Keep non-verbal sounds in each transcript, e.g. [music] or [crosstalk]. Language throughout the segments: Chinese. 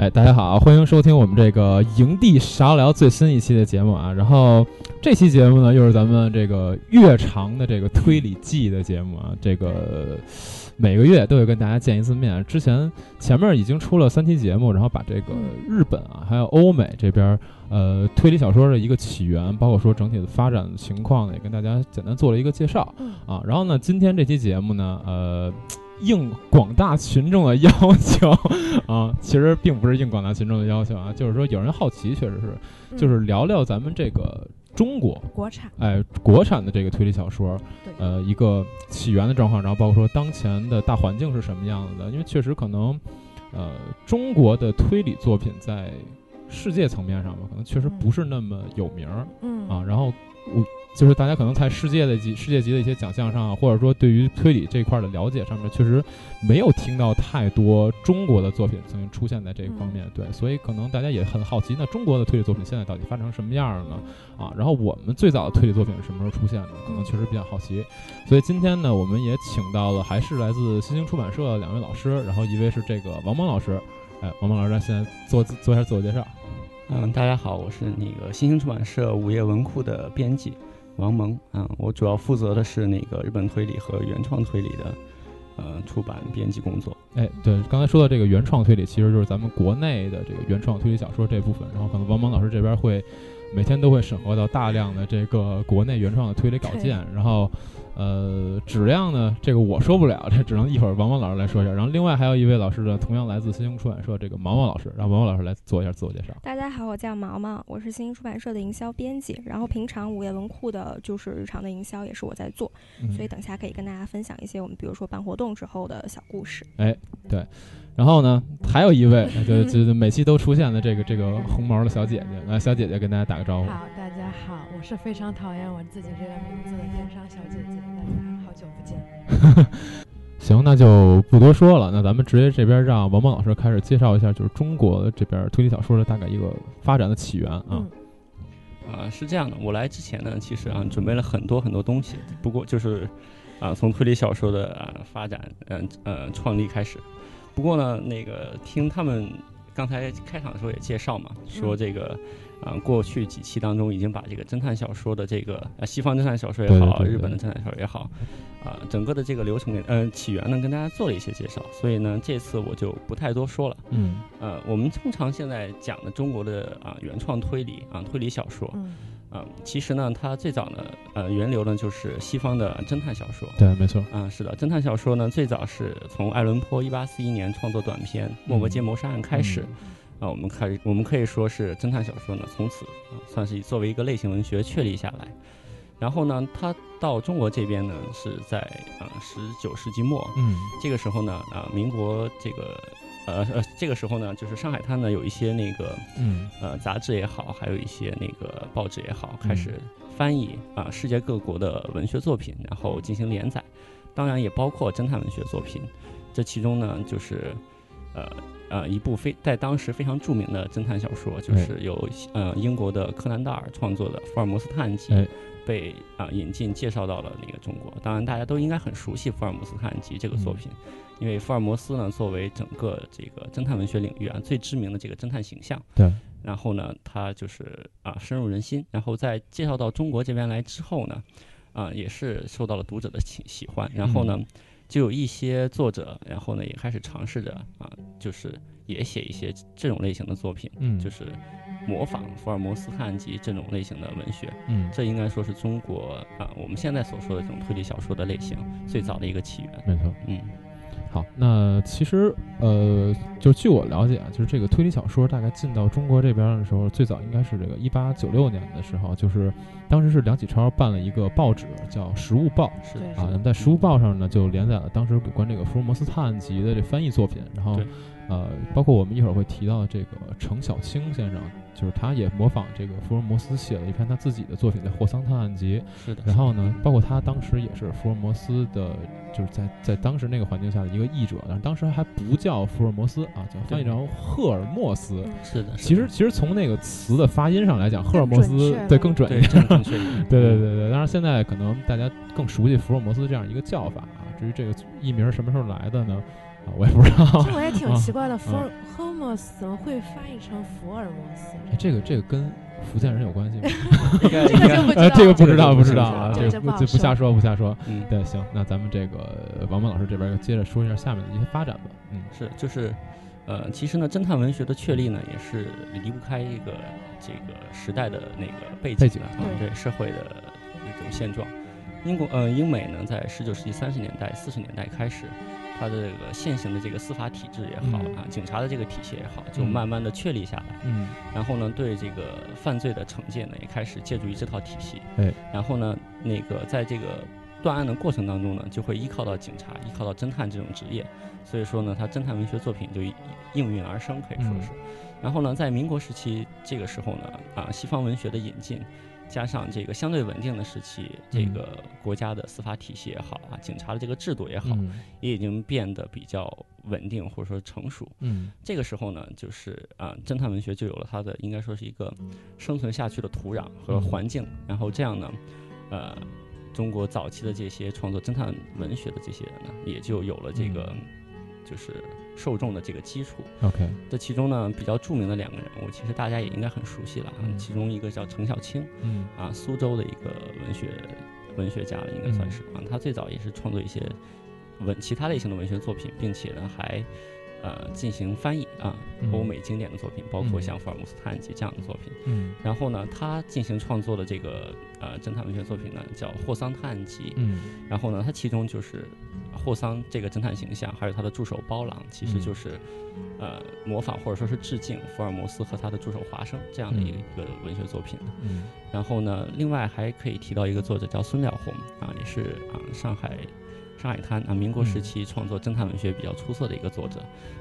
哎大家好，欢迎收听我们这个营地啥聊最新一期的节目啊。然后这期节目呢，又是咱们这个月长的这个推理季的节目啊。这个每个月都会跟大家见一次面。之前前面已经出了三期节目，然后把这个日本啊，还有欧美这边呃推理小说的一个起源，包括说整体的发展情况呢，也跟大家简单做了一个介绍啊。然后呢，今天这期节目呢，呃。应广大群众的 [laughs] 要求啊，其实并不是应广大群众的要求啊，就是说有人好奇，确实是，就是聊聊咱们这个中国嗯国产，哎国产的这个推理小说，对，呃一个起源的状况，然后包括说当前的大环境是什么样子的，因为确实可能，呃中国的推理作品在世界层面上吧，可能确实不是那么有名儿嗯啊，然后我。就是大家可能在世界的级、世界级的一些奖项上，啊或者说对于推理这块的了解上面，确实没有听到太多中国的作品曾经出现在这一方面。对，所以可能大家也很好奇，那中国的推理作品现在到底发展成什么样了呢？啊，然后我们最早的推理作品是什么时候出现的？可能确实比较好奇。所以今天呢，我们也请到了还是来自新兴出版社的两位老师，然后一位是这个王蒙老师，哎，王蒙老师来现在做做一下自我介绍。嗯，大家好，我是那个新兴出版社午夜文库的编辑王蒙。嗯，我主要负责的是那个日本推理和原创推理的呃出版编辑工作。哎，对，刚才说到这个原创推理，其实就是咱们国内的这个原创推理小说这部分。然后可能王蒙老师这边会每天都会审核到大量的这个国内原创的推理稿件，然后呃质量呢，这个我说不了，这只能一会儿王蒙老师来说一下。然后另外还有一位老师呢，同样来自新兴出版社这个毛毛老师，让毛毛老师来做一下自我介绍。大家好，我叫毛毛，我是新兴出版社的营销编辑，然后平常午夜文库的就是日常的营销也是我在做，嗯所以等下可以跟大家分享一些我们比如说办活动之后的小故事。然后呢，还有一位， [laughs] 呃就就是每期都出现的这个这个红毛的小姐姐，来，小姐姐跟大家打个招呼。好，大家好，我是非常讨厌我自己这个名字的电商小姐姐，大家好久不见。 [laughs] 行，那就不多说了。那咱们直接这边让王蒙老师开始介绍一下，就是中国这边推理小说的大概一个发展的起源啊。嗯啊、是这样的，我来之前呢，其实啊准备了很多很多东西，不过就是啊、从推理小说的、啊发展，嗯呃创立开始。不过呢，那个听他们刚才开场的时候也介绍嘛，嗯说这个啊、过去几期当中已经把这个侦探小说的这个啊、西方侦探小说也好，对对对对日本的侦探小说也好，啊、整个的这个流程给呃起源呢跟大家做了一些介绍，所以呢这次我就不太多说了。嗯呃，我们通常现在讲的中国的啊、原创推理啊、推理小说，嗯嗯，其实呢，它最早呢，呃，源流呢就是西方的侦探小说。对，没错。啊、是的，侦探小说呢，最早是从爱伦坡一八四一年创作短篇《莫嗯伯街谋杀案》开始。啊、我们可以我们可以说是侦探小说呢，从此啊、算是作为一个类型文学确立下来。然后呢，它到中国这边呢，是在啊十九世纪末，嗯这个时候呢，啊、民国这个呃呃，这个时候呢，就是上海滩呢有一些那个嗯呃杂志也好，还有一些那个报纸也好，开始翻译啊、世界各国的文学作品，然后进行连载，当然也包括侦探文学作品。这其中呢，就是呃呃一部非在当时非常著名的侦探小说，就是由呃英国的柯南道尔创作的《福尔摩斯探案集哎》被啊、引进介绍到了那个中国。当然，大家都应该很熟悉《福尔摩斯探案集》这个作品。因为福尔摩斯呢，作为整个这个侦探文学领域啊最知名的这个侦探形象，对，然后呢，他就是啊深入人心。然后在介绍到中国这边来之后呢，啊也是受到了读者的喜喜欢。然后呢，就有一些作者，然后呢也开始尝试着啊，就是也写一些这种类型的作品，嗯，就是模仿福尔摩斯探案集这种类型的文学。嗯，这应该说是中国啊我们现在所说的这种推理小说的类型最早的一个起源。没错。嗯。好，那其实呃，就据我了解啊，就是这个推理小说大概进到中国这边的时候，最早应该是这个一八九六年的时候，就是当时是梁启超办了一个报纸叫《食物报》。是对的，啊，是那的么在《食物报》上呢，就连载了当时有关这个福尔摩斯探案集的这翻译作品，然后对呃，包括我们一会儿会提到这个程小青先生，就是他也模仿这个福尔摩斯写了一篇他自己的作品叫《霍桑探案集》，是的。然后呢，包括他当时也是福尔摩斯的，就是在在当时那个环境下的一个译者，但是当时还不叫福尔摩斯啊，叫翻译成赫尔墨斯。嗯是的，其实其实从那个词的发音上来讲，赫尔更墨准斯确对了更准对一点。，正正确一点 [laughs] 对对对对，当然现在可能大家更熟悉福尔摩斯这样一个叫法啊。至于这个艺名什么时候来的呢？啊我也不知道 [laughs] 这。我也挺啊奇 [laughs] 怪的 f 啊 o homos 怎么会翻译成福尔摩斯？哎这个这个跟福建人有关系 [laughs] 吗？应该这个就不知道呃，这个 [laughs] 不知道，不了，[laughs] 这个不知知道道啊，这这个个真不不好不瞎说，不瞎说。嗯，对，行，那咱们这个王蒙老师这边接着说一下下面的一些发展吧。嗯，是就是，呃，其实呢，侦探文学的确立呢，也是离不开一个这个时代的那个背景背的景啊，对社会的一种现状。英国呃，英美呢，在十九世纪三十年代、四十年代开始，它的这个现行的这个司法体制也好、嗯啊，警察的这个体系也好，就嗯慢慢的确立下来。嗯然后呢，对这个犯罪的惩戒呢，也开始借助于这套体系。哎，然后呢，那个在这个断案的过程当中呢，就会依靠到警察，依靠到侦探这种职业，所以说呢，他侦探文学作品就一应运而生，可以说是。嗯然后呢，在民国时期这个时候呢，啊，西方文学的引进，加上这个相对稳定的时期，这嗯个国家的司法体系也好啊，警察的这个制度也好，嗯也已经变得比较稳定或者说成熟。嗯这个时候呢，就是啊、侦探文学就有了它的应该说是一个生存下去的土壤和环境。然后这样呢，呃，中国早期的这些创作侦探文学的这些人呢，也就有了这个、就是受众的这个基础。 ，OK，这其中呢，比较著名的两个人物，其实大家也应该很熟悉了啊。嗯其中一个叫程小青嗯啊，苏州的一个文学文学家了，应该嗯算是啊。他最早也是创作一些文其他类型的文学作品，并且呢还。呃，进行翻译啊，嗯欧美经典的作品，包括嗯像福尔摩斯探集这样的作品。嗯然后呢，他进行创作的这个呃侦探文学作品呢，叫《霍桑探集》。嗯然后呢，它其中就是霍桑这个侦探形象，还有他的助手包朗，其实嗯就是、呃模仿或者说是致敬福尔摩斯和他的助手华生这样的一嗯个文学作品。嗯然后呢，另外还可以提到一个作者叫孙了红啊，也是啊上海上海滩啊民国时期创作侦探文学比较出色的一个作者。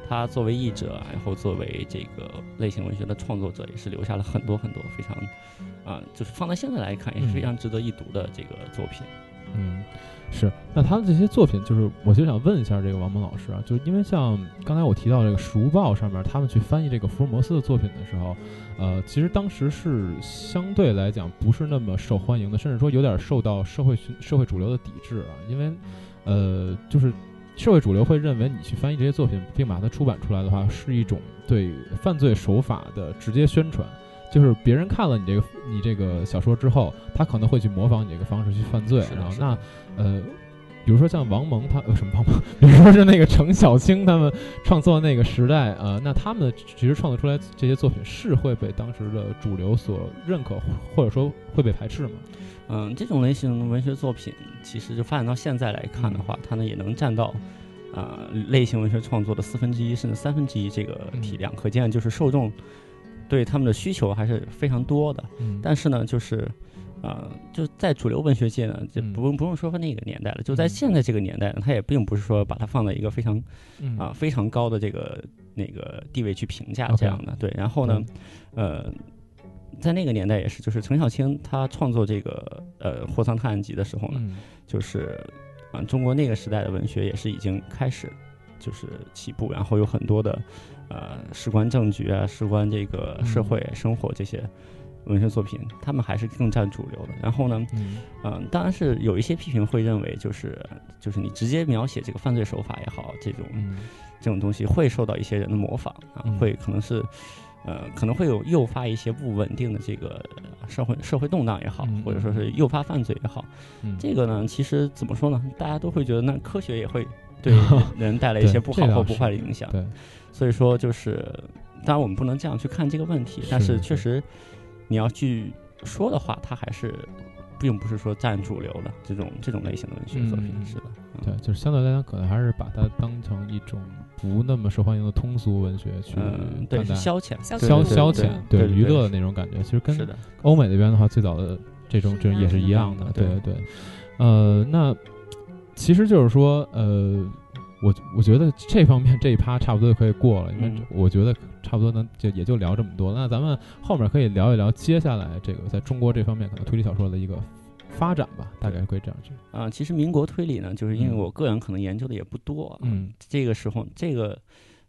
他作为译者，然后作为这个类型文学的创作者，也是留下了很多很多非常啊，就是放在现在来看也是非常值得一读的这个作品。嗯，是。那他的这些作品，就是我就想问一下这个王蒙老师啊，就是因为像刚才我提到这个《熟报》上面，他们去翻译这个福尔摩斯的作品的时候，呃，其实当时是相对来讲不是那么受欢迎的，甚至说有点受到社会群社会主流的抵制啊，因嗯为呃，就是社会主流会认为你去翻译这些作品，并把它出版出来的话，是一种对犯罪手法的直接宣传。就是别人看了你这个你这个小说之后，他可能会去模仿你这个方式去犯罪是，的然后是的那呃，比如说像王蒙他呃什么王蒙， [laughs] 比如说是那个程小青他们创作那个时代呃，那他们其实创作出来这些作品是会被当时的主流所认可，或者说会被排斥吗？嗯，这种类型的文学作品，其实就发展到现在来看嗯的话，它呢也能占到，呃，类型文学创作的四分之一甚至三分之一这个嗯体量，可见就是受众对他们的需求还是非常多的。嗯但是呢，就是，呃，就在主流文学界呢，就嗯不用不用说那个年代了，就嗯在现在这个年代呢，它也并不是说把它放在一个非常嗯啊、非常高的这个那个地位去评价 OK 嗯这样的。对，然后呢，呃，在那个年代也是，就是陈小青他创作这个呃《霍桑探案集》的时候呢，嗯就是啊、中国那个时代的文学也是已经开始就是起步，然后有很多的呃事关政局啊，事关这个社嗯会生活这些。文学作品，他们还是更占主流的。然后呢，嗯嗯，当然是有一些批评会认为，就是就是你直接描写这个犯罪手法也好，这种嗯这种东西会受到一些人的模仿啊嗯，会可能是，呃，可能会有诱发一些不稳定的这个呃社会社会动荡也好嗯，或者说是诱发犯罪也好，嗯，这个呢，其实怎么说呢，大家都会觉得那科学也会 [laughs] 对人带来一对些不这好倒或不是坏的影响，对，所以说就是，当然我们不能这样去看这个问题，但是是是确实你要去说的话，它还是。并不是说占主流的这种这种类型的文学作品，嗯是的，嗯对，就是相对来讲，可能还是把它当成一种不那么受欢迎的通俗文学去嗯，对，看是待，消遣，消对消对消对遣，对对娱对乐的那种感觉，其实是跟的，欧美那边的话，最早的这种这种也是一样的，是一对样的对。呃，那其实就是说，呃，我我觉得这方面这一趴差不多就可以过了，因为嗯我觉得差不多能就也就聊这么多。那咱们后面可以聊一聊接下来这个在中国这方面可能推理小说的一个发展吧，大概可以这样去。啊、其实民国推理呢，就是因为嗯我个人可能研究的也不多啊，嗯这个时候这个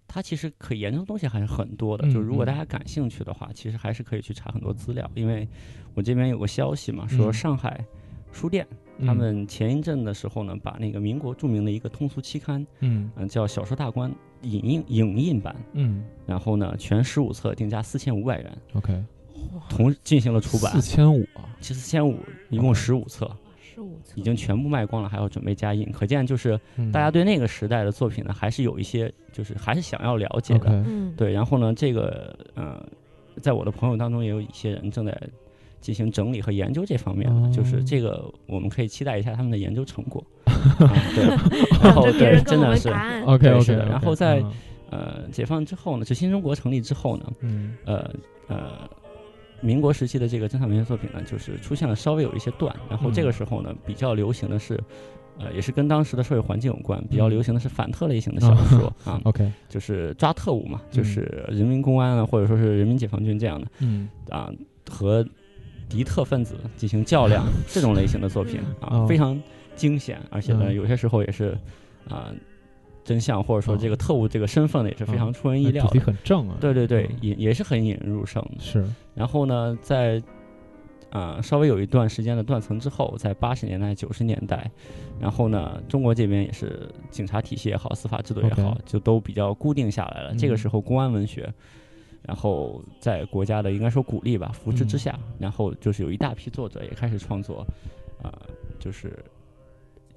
它其实可以研究的东西还是很多的。嗯就如嗯果大家感兴趣的话，其实还是可以去查很多资料，因为我这边有个消息嘛，说嗯上海书店他们前一阵的时候呢，把那个民国著名的一个通俗期刊，嗯嗯、叫《小说大观》影印影印版，嗯然后呢，全十五册，定价四千五百元， ，OK，同进行了出版啊四，千五，啊其实四千五，一共十五册，十五册已经全部卖光了，还要准备加印，可见就是嗯大家对那个时代的作品呢，还是有一些，就是还是想要了解的。 [laughs] OK，嗯，对，然后呢，这个呃，在我的朋友当中也有一些人正在进行整理和研究这方面的，就是哦这个我们可以期待一下他们的研究成 [laughs] 果。啊对，然后等着别对人，跟真我的们是啊答案。 OK 对 OK，是的然后再呃，解放之后呢，就新中国成立之后呢，嗯呃呃，民国时期的这个侦探文学作品呢，就是出现了稍微有一些断，然后这个嗯时候呢，比较流行的是。呃，也是跟当时的社会环境有关，比较嗯流行的是反特类型的小说、啊， OK，就是抓特务嘛，就嗯是人民公安啊，或者说是人民解放军这样的嗯啊，和敌特分子进行较 [laughs] 量这种类型的作品啊，哦非常惊险，而且呢，嗯有些时候也是啊，真相或者说哦这个特务这个身份呢，也是非常出人意料主题的。很正啊，对对对，嗯也也是很引人入胜。是，然后呢，在啊稍微有一段时间的断层之后，在八十年代、九十年代，然后呢，中国这边也是警察体系也好，司法制度也好 OK 就都比较固定下来了。嗯这个时候，公安文学，然后在国家的应该说鼓励吧、扶持嗯之下，然后就是有一大批作者也开始创作，啊、就是。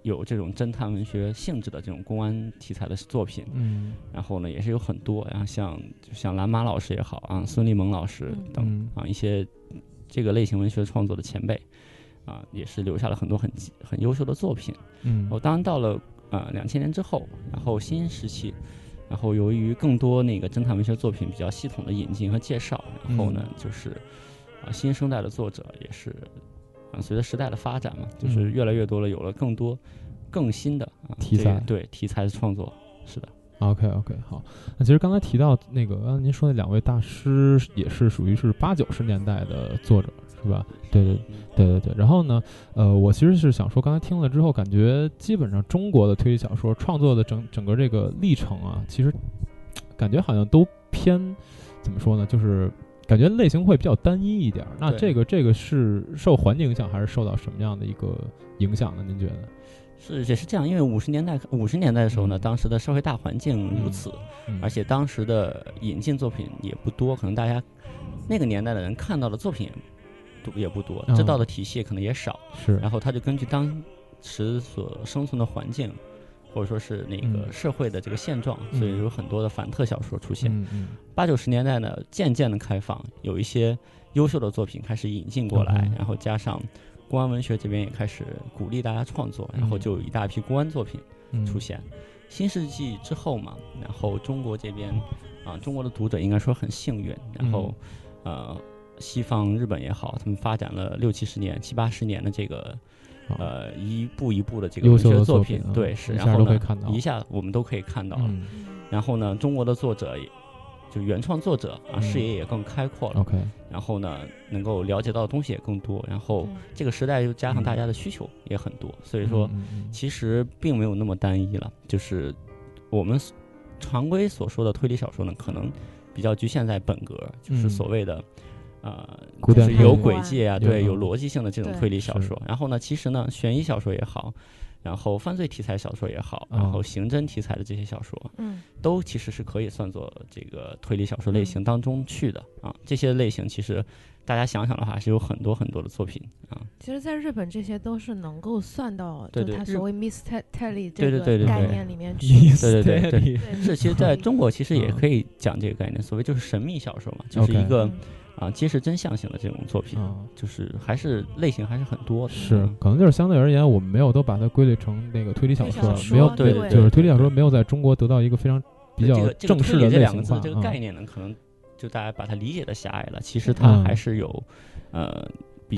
有这种侦探文学性质的这种公安题材的作品，嗯然后呢也是有很多，然后像就像蓝马老师也好啊，孙立萌老师嗯等嗯啊一些这个类型文学创作的前辈，啊，也是留下了很多很很优秀的作品。嗯我、当然到了啊两千年之后，然后新时期，然后由于更多那个侦探文学作品比较系统的引进和介绍，然后嗯呢、就是啊新生代的作者也是啊随着时代的发展嘛，就是嗯越来越多了，有了更多更新的啊题这个材对题材的创作，是的。 OK OK，好。那其实刚才提到那个，刚才您说那两位大师也是属于是八九十年代的作者，是吧？对对对对对。然后呢，呃，我其实是想说，刚才听了之后，感觉基本上中国的推理小说创作的整整个这个历程啊，其实感觉好像都偏怎么说呢，就是。感觉类型会比较单一一点儿，那对这个这个是受环境影响，还是受到什么样的一个影响呢？您觉得？是也是这样，因为五十年代五十年代的时候呢，嗯当时的社会大环境如此，嗯、而且当时的引进作品也不多，可能大家那个年代的人看到的作品也不也不多，嗯知道的体系可能也少。是然后他就根据当时所生存的环境，或者说是那个嗯社会的这个现状，嗯所以有很多的反特小说出现。嗯嗯八九十年代呢，渐渐的开放，有一些优秀的作品开始引进过来，嗯然后加上公安文学这边也开始鼓励大家创作，然后嗯就有一大批公安作品。嗯出现。新世纪之后嘛，然后中国这边啊，中国的读者应该说很幸运，然后、嗯呃，西方日本也好，他们发展了六七十年、七八十年的这个好呃一步一步的这个优文秀学的作品啊，对是，一然下后都可以呢，看到，一下我们都可以看到了。嗯然后呢，中国的作者也。就原创作者啊，嗯视野也更开阔了， ，OK，然后呢，能够了解到的东西也更多，然后嗯这个时代又加上大家的需求也很多，所以说，嗯嗯嗯其实并没有那么单一了。就是我们所常规所说的推理小说呢，可能比较局限在本格，就是嗯所谓的、呃，古就典是推有理轨迹啊，有对，嗯有逻辑性的这种对推理小是说。然后呢，其实呢，悬疑小说也好，然后犯罪题材小说也好，哦然后刑侦题材的这些小说，嗯，都其实是可以算作这个推理小说类型当中去的啊。这些类型其实大家想想的话，是有很多很多的作品啊。其实，在日本这些都是能够算到，对就对他日所谓 mystery 对这对个对对概对念里面 [laughs] 去。对 [laughs] 对 [laughs] 对对对对嗯是，其实在中国其实也嗯可以讲这个概念，所谓就是神秘小说嘛，就是一 OK 个嗯啊揭示真相型的这种作品，啊，就是还是类型还是很多的。是嗯，可能就是相对而言，我们没有都把它归类成那个推理小推理说小，说没有对对对就是对推理小对说没有在中国得到一个非常比对较这个这个正推式理的这类两型个字化，嗯啊这个概念呢，可能就大家把它理解的狭隘了，其实它嗯还是有呃比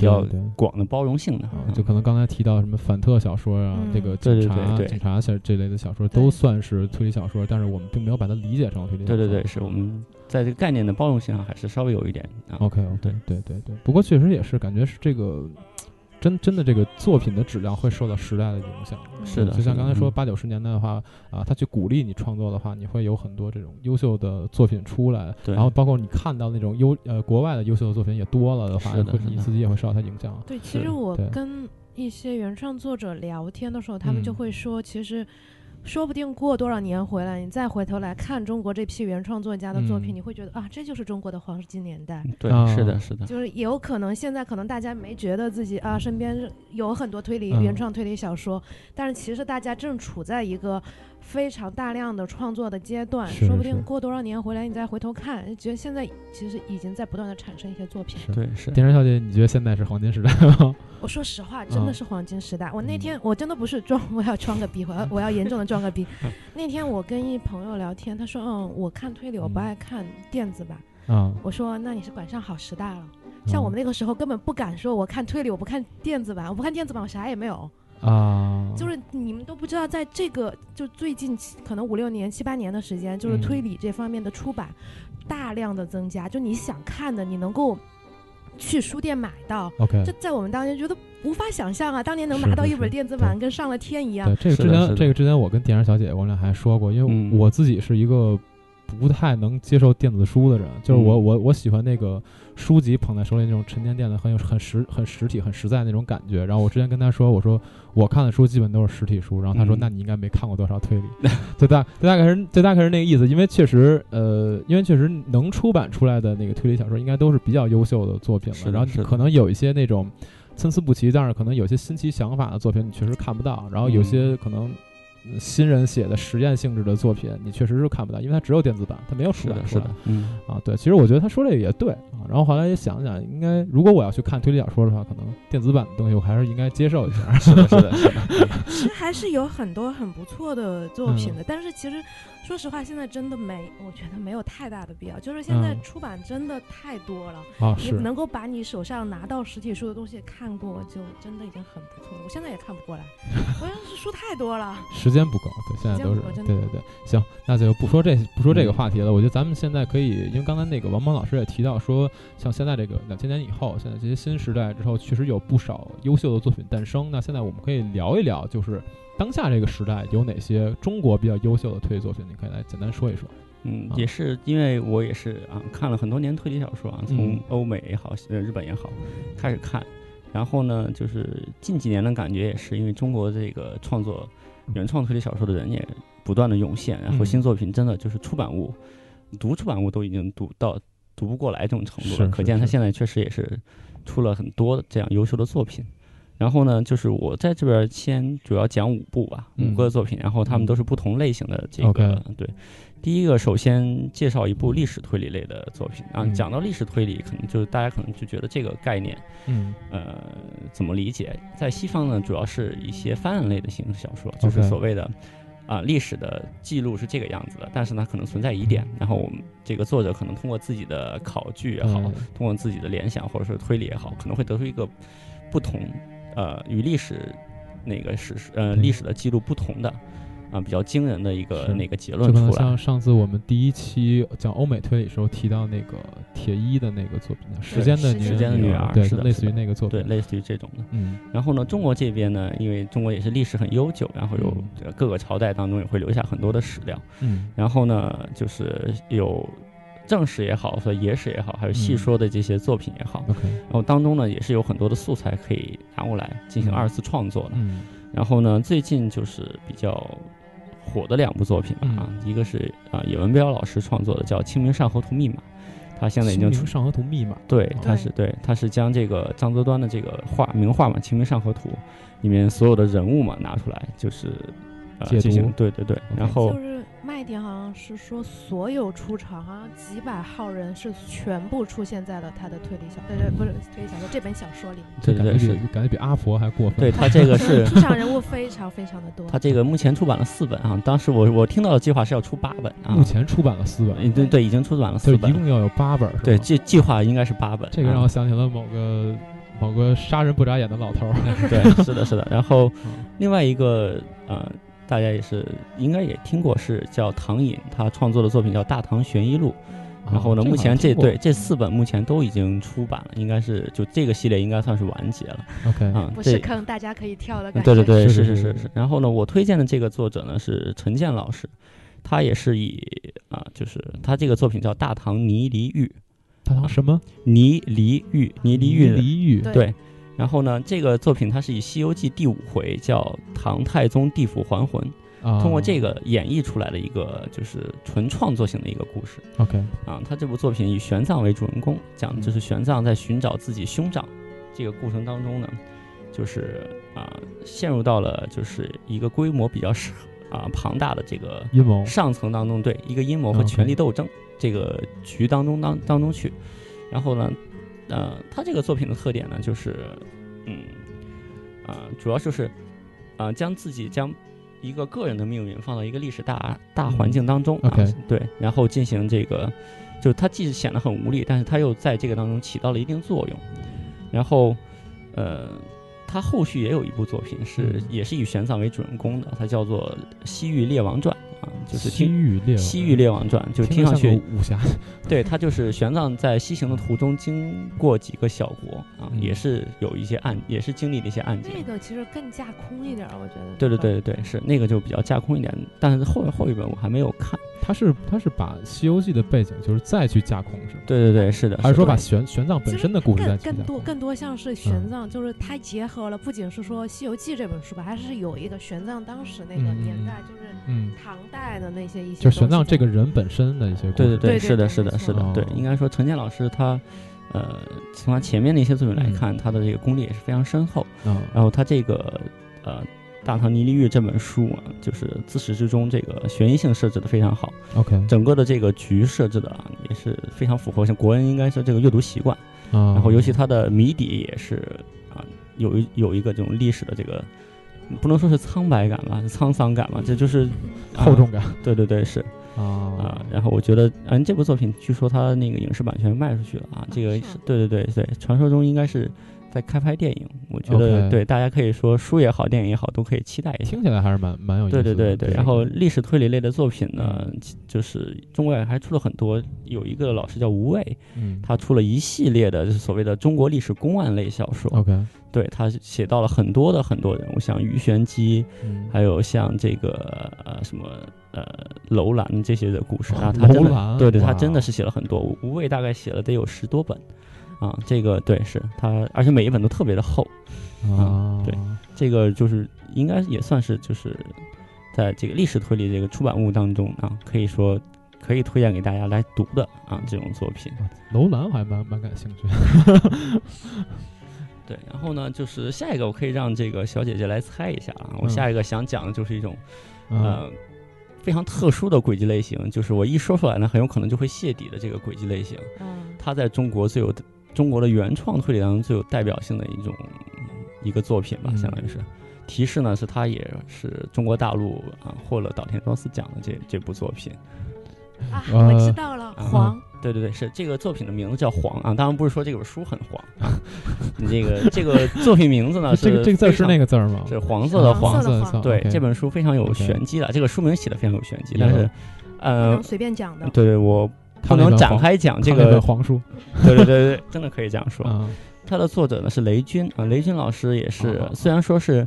比较对。对广的包容性的啊，嗯就可能刚才提到什么反特小说啊，嗯这个对警对察、对对警察小这类的小说对都算是推理小说，但是我们并没有把它理解成推理小对说。对对，是我们在这个概念的包容性上还是稍微有一点啊。 OK，对对对对。不过确实也是，感觉是这个真真的这个作品的质量会受到时代的影响。嗯是的就像刚才嗯说八九十年代的话啊，他去鼓励你创作的话，你会有很多这种优秀的作品出来。对然后包括你看到那种优呃国外的优秀的作品也多了的话，是的会是的你自己也会受到它影响。对，其是实我对跟一些原创作者聊天的时候，他们就嗯会说，其实说不定过多少年回来，你再回头来看中国这批原创作家的作品，嗯你会觉得啊，这就是中国的黄金年代。嗯对，啊是的，是的，就是也有可能现在可能大家没觉得自己啊身边有很多推理、嗯原创推理小说，但是其实大家正处在一个非常大量的创作的阶段，是说不是定过多少年回来你再回头看，觉得现在其实已经在不断的产生一些作品。是。对，是电商小姐，你觉得现在是黄金时代吗？ [laughs] 我说实话，真的嗯是黄金时代。我那天我真的不是装，我要装个逼，我要我要严重的装 [laughs] 个逼。那天我跟一朋友聊天，他说：“嗯，我看推理，我不嗯爱看电子版。啊，我说：“那你是赶上好时代了。”像嗯我们那个时候根本不敢说，我看推理，我不看电子版，我不看电子版，我啥也没有。那啊，就是你们都不知道，在这个就最近七可能五六年、七八年的时间，就是嗯推理这方面的出版大量的增加，就你想看的，你能够去书店买到。 OK，这在我们当年觉得无法想象啊！当年能是拿到是一本是电子版，跟上了天一样对，。这个是之的前这是的个之前我跟电商小姐我俩还说过，因嗯为我自己是一个不太能接受电子书的人，就是我嗯我我喜欢那个书籍捧在手里那种沉甸甸的，很有很实很实体很实在那种感觉。然后我之前跟她说，我说我看的书基本都是实体书，然后她说、嗯那你应该没看过多少 [laughs] 推理，就大就大概是就大概是那个意思，因为确实呃，因为确实能出版出来的那个推理小说应该都是比较优秀的作品是了，的然是后的可能有一些那种。参差不齐，但是可能有些新奇想法的作品你确实看不到，然后有嗯些可能呃新人写的实验性质的作品你确实是看不到，因为它只有电子版，它没有是出版的，出是来的，嗯，啊。对，其实我觉得他说这个也对啊。然后后来也想想，应该如果我要去看推理小说的话，可能电子版的东西我还是应该接受一下。是的，是的，嗯是的，其实还是有很多很不错的作品嗯的，但是其实说实话，现在真的没，我觉得没有太大的必要。就是现在嗯出版真的太多了， [laughs] 啊，你是能够把你手上拿到实体书的东西看过，就真的已经很不错了。我现在也看不 [laughs] 过来，我要是书太多了。时间不够，对，现在间都不是够对真的对对。行，那就不说这不说这个嗯话题了。我觉得咱们现在可以，因为刚才那个王蒙老师也提到说，像现在这个两千年以后，现在这些新时代之后，确实有不少优秀的作品诞生。那现在我们可以聊一聊，就是当下这个时代有哪些中国比较优秀的推理作品？你可以来简单说一说。嗯，啊也是因为我也是啊，看了很多年推理小说啊，从嗯欧美也好，呃，日本也好，开始看，然后呢，就是近几年的感觉也是因为中国这个创作原创推理小说的人也不断的涌现，然后嗯新作品真的就是出版物，读出版物都已经读到读不过来这种程度是了，可是见他是现在确实也是出了很多这样优秀的作品。然后呢，就是我在这边先主要讲五部吧，五嗯个作品，然后他们都是不同类型的这个 OK 对。第一个，首先介绍一部历史推理类的作品啊。嗯讲到历史推理，可能就是大家可能就觉得这个概念，嗯呃，怎么理解？在西方呢，主要是一些翻案类的形式小说，就是 OK 所谓的啊、历史的记录是这个样子的，但是呢，可能存在疑嗯点，然后我们这个作者可能通过自己的考据也好，对通过自己的联想或者说推理也好，可能会得出一个不同，呃，与历史那个史实呃对历史的记录不同的，啊、比较惊人的一嗯个是那个结就论可出能来像。上次我们第一期讲欧美推理时候提到那个铁一的那个作品，《时间的时女间的女儿对是，的类是似于的那个作品对，。类似于这种的。嗯然后呢，中国这边呢，因为中国也是历史很悠久，然后有嗯呃各个朝代当中也会留下很多的史料。嗯然后呢，就是有正史也好，和野史也好，还有戏嗯说的这些作品也好， ，OK，然后当中呢也是有很多的素材可以拿过来进行嗯二次创作的。嗯然后呢，最近就是比较火的两部作品吧嗯啊，一个是啊、呃、野文彪老师创作的叫《清明上河图密码》，他现在已经出清明上河图密码对，他对是对，他是将这个张择端的这个画名画嘛《清明上河图》里面所有的人物嘛拿出来，就是呃解进行读对对对，然哦后就是卖点好像是说，所有出场好像几百号人是全部出现在了他的推理小，呃，不是推理小说这本小说里面。这对感对觉对是比，感觉比阿婆还过分。对他这 [laughs] 个是出场人物非常非常的多。他这个目前出版了四本啊，当时我我听到的计划是要出八本啊目，前出版了四本，嗯对对，已经出版了就四是一本了，共要有八本，是吧对计计划应该是八本，这个啊让我想起了某个某个杀人不眨眼的老头儿。 [laughs] 啊对，是的，是的。然后嗯另外一个呃，大家也是应该也听过，是叫唐寅，他创作的作品叫《大唐悬疑录》。然后呢，啊目前这这个好像对这四本目前都已经出版了，应该是就这个系列应该算是完结了，OK，啊。不是这坑，大家可以跳的感觉。嗯对对对，是是是是是是是是。然后呢，我推荐的这个作者呢是陈建老师，他也是以啊、就是他这个作品叫《大唐泥犁狱他当什么》，泥犁狱，泥犁狱呢泥犁狱，对对，然后呢，这个作品它是以《西游记》第五回叫唐太宗地府还魂，啊，通过这个演绎出来的一个就是纯创作性的一个故事 OK 啊。他这部作品以玄奘为主人公，讲的就是玄奘在寻找自己兄长这个过程当中呢，就是啊陷入到了就是一个规模比较是啊庞大的这个阴谋上层当中对一个阴谋和 OK 权力斗争这个局当中当当中去。然后呢，呃，他这个作品的特点呢，就是，嗯，啊、主要就是，啊、将自己将一个个人的命运放到一个历史大大环境当中、 OK 啊，对，然后进行这个，就是他既显得很无力，但是他又在这个当中起到了一定作用。然后，呃。他后续也有一部作品是嗯也是以玄奘为主人公的，它叫做《西域列王传》啊，就是西听域猎王《西域列王传》，就听上着像去个武侠对他就是玄奘在西行的途中经过几个小国啊，嗯也是有一些案，也是经历了一些案件。这个其实更架空一点儿，我觉得。对对对对对，是那个就比较架空一点，但是后后一本我还没有看。他是他是把《西游记》的背景就是再去架空是吗？对对对，啊是的，还是说的把玄玄奘本身的故事再更去架更多空？更多像是玄奘，就是他结合了不仅是说《西游记》这本书吧，还是有一个玄奘当时那个嗯嗯年嗯代，就是嗯，唐代的那些一些。就是玄奘这个。人本身的一些故对对事。对对是的，对没错是的，是的，对哦，应该说陈建老师他，呃，从他前面的一些作品来嗯看，他的这个功力也是非常深厚。嗯然后他这个呃《大唐尼利玉》这本书啊，就是自始至终这个悬疑性设置的非常好， ，OK 整个的这个局设置的啊也是非常符合像国人应该是这个阅读习惯，啊，然后尤其它的谜底也是啊有一有一个这种历史的这个。不能说是苍白感吧，是沧桑感吧，这就是、啊厚重感对对对，是啊、啊然后我觉得，嗯、这部作品据说它那个影视版权卖出去了啊，这个哎是是吗对对对对，传说中应该是在开拍电影，我觉得 OK 对大家可以说书也好，电影也好，都可以期待一下。听起来还是蛮蛮有意思对的。嗯对对对，这然后个历史推理类的作品呢，其就是中国还出了很多，有一个老师叫吴畏，嗯，他出了一系列的就是所谓的中国历史公案类小说， OK，对他写到了很多的很多人物，像鱼玄机，嗯还有像这个呃什么呃楼兰这些的故事，哦啊，他真楼的兰对对，他哇真的是写了很多，吴吴畏大概写了得有十多本，啊，这个对是他，而且每一本都特别的厚，啊，嗯对这个就是应该也算是就是在这个历史推理这个出版物当中啊，可以说可以推荐给大家来读的啊这种作品。楼兰我还蛮蛮感兴 [laughs] 趣。对，然后呢，就是下一个我可以让这个小姐姐来猜一下啊，我嗯下一个想讲的就是一种嗯呃，非常特殊的轨迹类型，就是我一说出来呢，很有可能就会泄底的这个轨迹类型，嗯，它在中国最有中国的原创推理当中最有代表性的一种一个作品吧，嗯相当于是。提示呢是它也是中国大陆啊获了岛田庄司奖的这这部作品。啊，呃我知道了，啊黄对对对，是这个作品的名字叫《黄》啊，当然不是说这本书很黄啊， [laughs] 你这个这个作品名字呢 [laughs] 这嗯是个这个字儿非是常那个字儿吗？啊是黄色的黄黄色的黄，对 OK 这本书非常有 OK 玄机的，这个书名写的非常有玄机，但是有不呃能随便讲的。对对，我他不那能本展黄开讲这他那本个，黄书对对对对，真的可以这样说。啊，它的作者呢是雷军啊，雷军老师也是哦哦，哦虽然说是，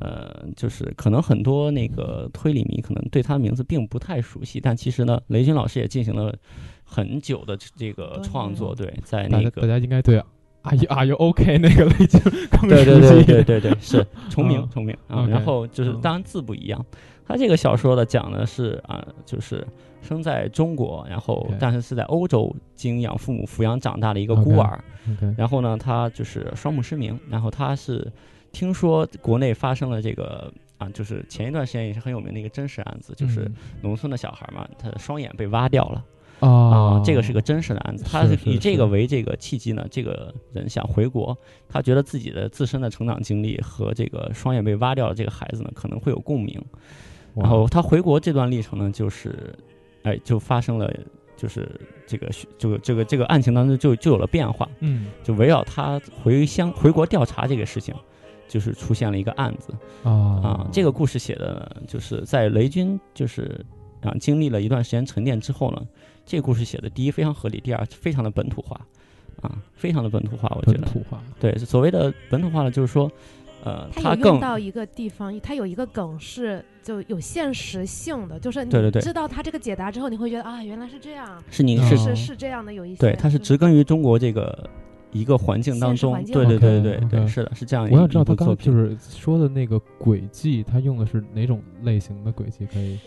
呃，就是可能很多那个推理迷可能对他的名字并不太熟悉，但其实呢，雷军老师也进行了很久的这个创作，对，在大那家大个。家应该对。Are 啊 you Are you OK 那个类型更对对熟对悉对对对，是重名 [laughs] 嗯重名啊。 OK，然后就是嗯当然字不一样，他这个小说的讲的是啊，就是生在中国，然后 OK 但是是在欧洲经养父母抚养长大的一个 OK 孤儿， OK 然后呢，他就是双目失明，然后他是听说国内发生了这个啊，就是前一段时间也是很有名的一个真实案子，就是农村的小孩嘛，他的双眼被挖掉了嗯啊啊，，这个是个真实的案子。是他是以这是个为这个契机呢，这个人想回国，他觉得自己的自身的成长经历和这个双眼被挖掉的这个孩子呢，可能会有共鸣。哇然后他回国这段历程呢，就是，哎，就发生了，就是这个这个这个这个案情当中就就有了变化。嗯就围绕他回乡回国调查这个事情，就是出现了一个案子啊啊。这个故事写的呢就是在雷军就是啊经历了一段时间沉淀之后呢，这个故事写的第一非常合理，第二非常的本土化啊，非常的本土化，我觉本得土化对所谓的本土化呢，就是说呃他它有用更到一个地方，他有一个梗是就有现实性的，就是你对对对知道他这个解答之后，你会觉得啊，原来是这样，是你嗯是是是这样的，有一些嗯对它是就是植根于中国这个一个环境当现实中环，境对对对对 OK，OK 对，是的，是这样一我想知道一他部刚作刚就品。是说的那个轨迹，他用的是哪种类型的轨迹？可以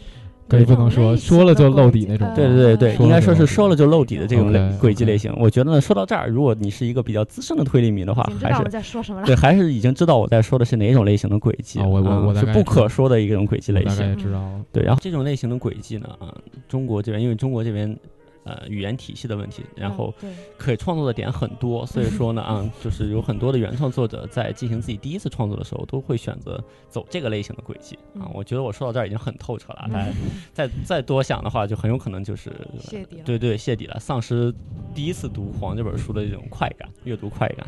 可哪以不种能说类说型了的就露轨底迹那种呃对对对说对，应该了就嗯说是露说底了就露底的这种类 OK，OK 轨迹类型。我觉得呢，说到这儿，如果你是一个比较资深的推理迷的话已经，知还道我是们在说什么了。对，还是已经知道我在说的是哪种类型的轨迹啊了。我我我啊大是概不知道可说的一种轨迹我类大概型。也知道了。对，然后这种类型的轨迹呢，啊，中国这边因为中国这边呃语言体系的问题，然嗯后对可以创作的点很多， [laughs] 所以说呢，啊，就是有很多的原创作者在进行自己第一次创作的时候，都会选择走这个类型的轨迹啊嗯。我觉得我说到这儿已经很透彻了，嗯大家再再多想的话，就很有可能就是谢底了。对对谢底了，丧失第一次读《黄》这本书的这种快感，阅读快感。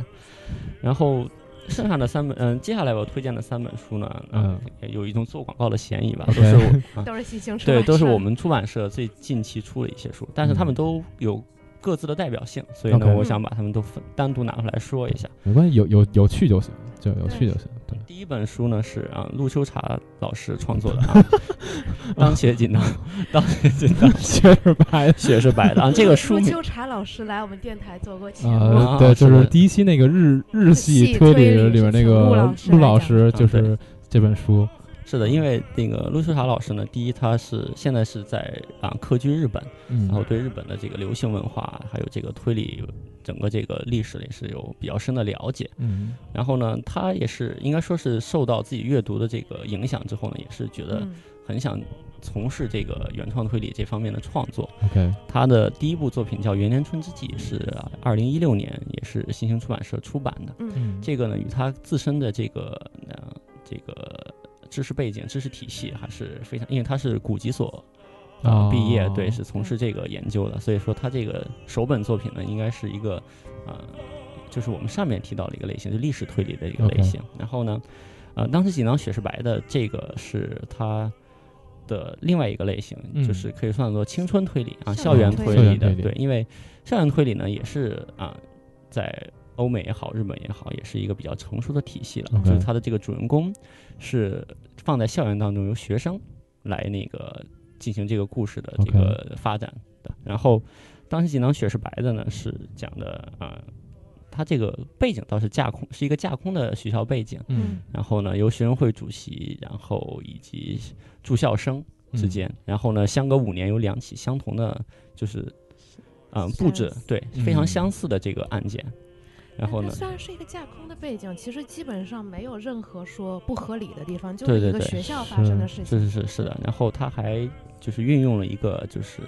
然后剩下的三本，嗯、接下来我推荐的三本书呢，嗯啊有一种做广告的嫌疑 [laughs] 吧，都 OK 是我、啊、都是新兴出对，版都是社我们出版社最近期出了一些书，但是他们嗯都有各自的代表性，所以呢 OK 我想把他们都分单独拿出来说一下。没关系，有有有趣就行，就有趣就行。对，第一本书呢是啊，陆秋茶老师创作的啊， [laughs] 当学锦囊，当学锦囊，确实 [laughs] 白的。雪是白的啊，这个书陆名秋茶老师来我们电台做过节目，呃，啊对，就是是的第一期那个日日系系推推理理里面那是陆个老师陆来老讲师，就啊是这本书。是的，因为那个陆秋茶老师呢，第一他是现在是在啊客居日本，嗯然后对日本的这个流行文化还有这个推理整个这个历史也是有比较深的了解。嗯，然后呢，他也是应该说是受到自己阅读的这个影响之后呢，也是觉得嗯很想从事这个原创推理这方面的创作。 OK，他的第一部作品叫《元年春之际》，是二零一六年，也是新兴出版社出版的。嗯嗯，这个呢，与他自身的这个呃这个知识背景、知识体系还是非常，因为他是古籍所啊、哦毕业，对，是从事这个研究的，所以说他这个首本作品呢，应该是一个啊、就是我们上面提到的一个类型，就历史推理的一个 OK 类型。然后呢，呃，当时锦囊雪是白的这个是他。的另外一个类型，嗯就是可以算作青春推理啊，校校园园推推理理校的园推。理对，因为校园推理呢，也是啊，在欧美也好，日本也好，也是一个比较成熟的体系了。哦 OK 就是它的这个主人公是放在校园当中，由学生来那个进行这个故事的这 OK 个发展的。然后，当时锦囊雪是白的呢，是讲的啊，它这个背景倒是架空，是一个架空的学校背景。嗯然后呢，由学生会主席，然后以及住校生嗯之间，然后呢，相隔五年有两起相同的，就是啊、呃布置相似对非常嗯相似的这个案件。然后它呢，虽然是一个架空的背景，其实基本上没有任何说不合理的地方，就对是对一个对学校发生的事是嗯情。是是是的，然后他还就是运用了一个就是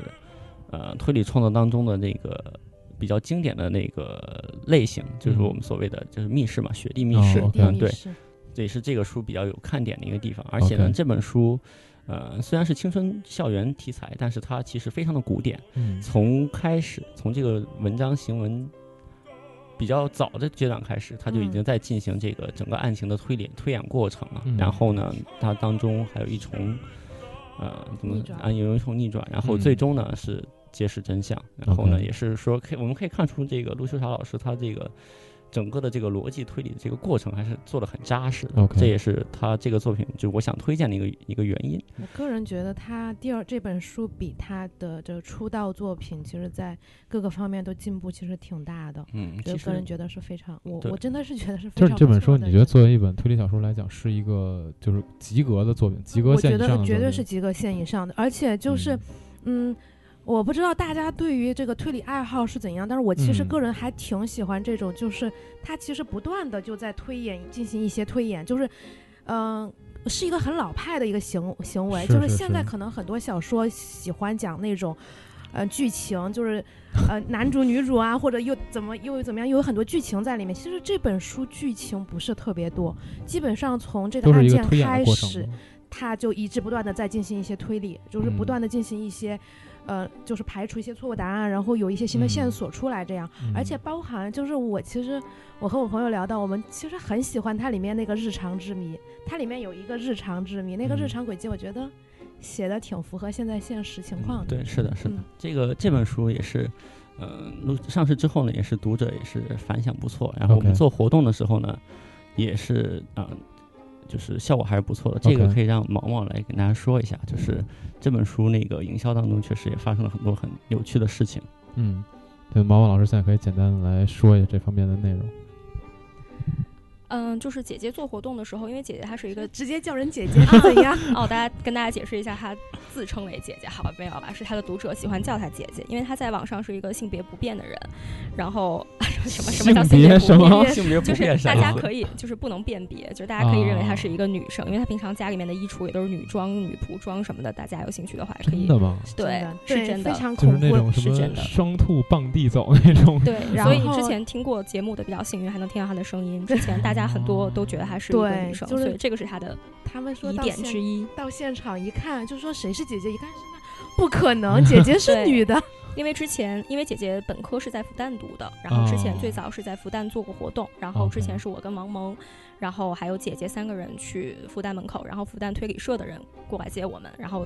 呃推理创作当中的那个比较经典的那个类型，就是嗯我们所谓的就是密室嘛，雪地密室，哦地嗯理对是这也是这个书比较有看点的一个地方。而且呢 OK 这本书呃虽然是青春校园题材，但是它其实非常的古典，嗯从开始从这个文章行文。比较早的阶段开始，他就已嗯经在进行这个整个案情的推理、推演过程了。嗯然后呢，它当中还有一重，呃，怎么逆转啊，有一重逆转，然后嗯最终呢、是揭示真相。然后 OK 呢，也是说，可以我们可以看出这个陆秋霞老师他这个整个的这个逻辑推理的这个过程还是做的很扎实的。 OK 这也是他这个作品就我想推荐的一个一个原因。我个人觉得他第二这本书比他的这个出道作品，其实在各个方面都进步其实挺大的。嗯，就其个实人觉得是非常，我对我真的是觉得是非就常是不这本错书，的你觉得作为一本推理小说来讲，是一个就是及格的作品，及格我线觉以上的得作绝对是品嗯及格线以上的，而且就是，嗯。我不知道大家对于这个推理爱好是怎样，但是我其实嗯个人还挺喜欢这种，就是它其实不断的就在推演，进行一些推演，就是，嗯、是一个很老派的一个行行为，是就是是现在是可能很多小说喜欢讲那种，呃，剧情就是， [laughs] 呃，男主女主啊，或者又怎么又怎么样，又有很多剧情在里面。其实这本书剧情不是特别多，基本上从这个都是案一个件推演开的过程始，嘛。他就一直不断的在进行一些推理，就是不嗯断的进行一些，呃，就是排除一些错误答案，然后有一些新的线嗯索出来，这样，而且嗯包含就是我其实我和我朋友聊到，我们其实很喜欢它里面那个日常之谜，它里面有一个日常之谜，那个嗯日常轨迹，我觉得写的挺符合现在现实情啊况的。对，是的，是的，嗯这个这本书也是，呃，录上市之后呢，也是读者也是反响不错。然后我们 OK 做活动的时候呢，也是啊、呃就是效果还是不错的。这个 OK 可以让毛毛来跟大家说一下，就是这本书那个营销当中确实也发生了很多很有趣的事情。嗯，对，毛毛老师现在可以简单的来说一下这方面的内容。嗯，就是姐姐做活动的时候，因为姐姐她是一个直接叫人姐姐是怎样？哦，大家跟大家解释一下，她自称为姐姐，好吧，没有吧？是她的读者喜欢叫她姐姐，因为她在网上是一个性别不变的人。然后 [laughs] 什么什么叫性性别别不什么变？性别 [laughs] 就不是变大啥家呀？可以就是不能辨别，就是大家可以认为她哦是一个女生，因为她平常家里面的衣橱也都是女装、女仆装什么的。大家有兴趣的话也可真以，的吗？ [laughs] 对，对是真非的。[laughs] 常就是恐那怖。种什是真么的双兔傍地走那种。对，然所以后之前听过节目的比较幸运，还能听到她的声音。之前大家很多都觉得她是一个对女生，就是所以这个是她的他们说疑到点现之一。到现场一看，就说谁是姐姐，一看是那不可 [laughs] 能，姐姐是对女的。因为之前，因为姐姐本科是在复旦读的，然后之哦前最早是在复旦做过活动，然后之前是我跟王萌，然后还有姐姐三个人去复旦门口，然后复旦推理社的人过来接我们，然后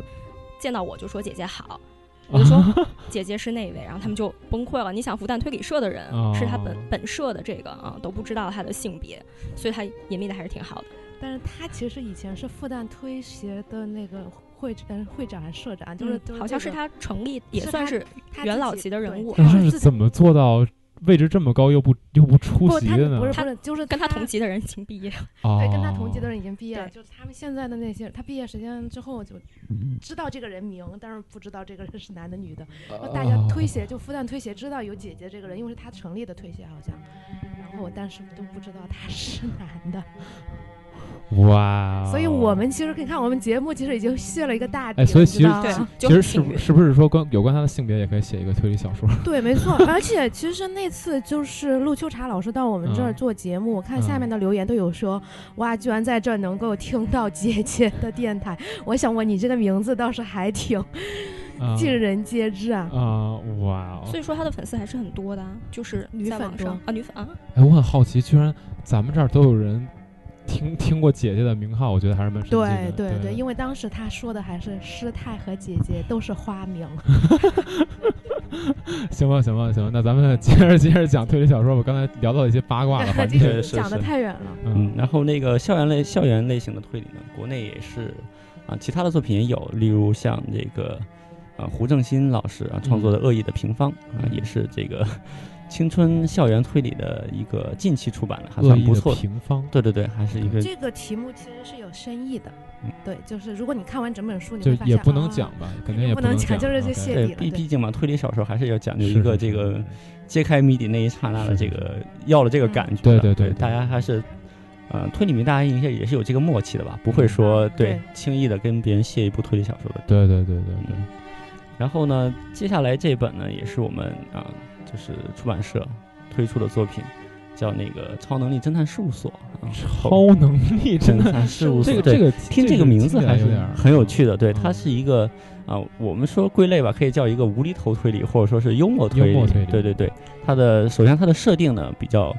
见到我就说姐姐好，啊我就说 [laughs] 姐姐是那位，然后他们就崩溃了。你想复旦推理社的人、哦是他本本社的这个啊、都不知道他的性别，所以他隐秘的还是挺好的。但是她其实以前是复旦推协的那个会嗯会长还是社长，就是、就是嗯好这像是个他成立也是算他是她元自老己级的人对物她但是是自怎么做到位置这么高又不又不出不，席她的呢不？是他不是，就是跟他她同级的人已经毕业了。哦对，跟他同级的人已经毕业了，对就是他们现在的那些，他毕业时间之后就嗯知道这个人名，但是不知道这个人是男的女的。那大家推哦协就复旦推协知道有姐姐这个人，因为是他成立的推协好像，然后但是都不知道他是男的，哇哦，所以我们其实你看我们节目其实已经泄了一个大底，哎所以你其知实道吗其就实很是幸不运。是不是说关有关他的性别也可以写一个推理小说？ [laughs] 对，没错。而且其实那次就是陆秋茶老师到我们这儿嗯做节目，我看嗯下面的留言都有说，哇，居然在这儿能够听到姐嗯姐的电台，我想问你这个名字倒是还挺 [laughs] 啊尽人皆知啊。啊哇哦！所以说他的粉丝还是很多的啊，就是女在粉网上多啊，女粉啊，哎，我很好奇，居然咱们这儿都有人听听过姐姐的名号，我觉得还是蛮神奇对的。对对对，因为当时他说的还是师太和姐姐都是花名， [laughs] 行吧行吧行吧，那咱们接着接着讲推理小说吧。刚才聊到一些八卦的 [laughs] 环这节，个对是讲的是太远了。嗯嗯，然后那个校园类校园类型的推理呢，国内也是啊，其他的作品也有，例如像这个啊胡正新老师啊创作嗯的《恶意的平方》啊，也是这个青春校园推理的一个近期出版的，还恶算意不的错的。平嗯方，对对对，还是一个这个题目其实是有深意的嗯，对，就是如果你看完整本书，你就会发现也不能啊讲吧，肯定肯定也不能能啊讲就是这 OK 些 [laughs] 对底了毕对毕竟嘛，推理小说还是要讲究是一个是这是个揭开谜底那一刹那的这个要了这个感觉嗯对的。对对对大家还是。呃，推理迷大家应该也是有这个默契的吧，不嗯会说对对轻易的跟别人卸一部推理小说的对对对对对嗯，然后呢，接下来这本呢，也是我们啊，就是出版社推出的作品，叫那个《超能力侦探事务所》啊。超能力真侦的，探事务所，这个嗯对这个听这个个名字还是有点儿很有趣的。对，它嗯是一个啊，我们说归类吧，可以叫一个无厘头推理，或者说是幽默推幽默理。推理对对对，它的首先它的设定呢比较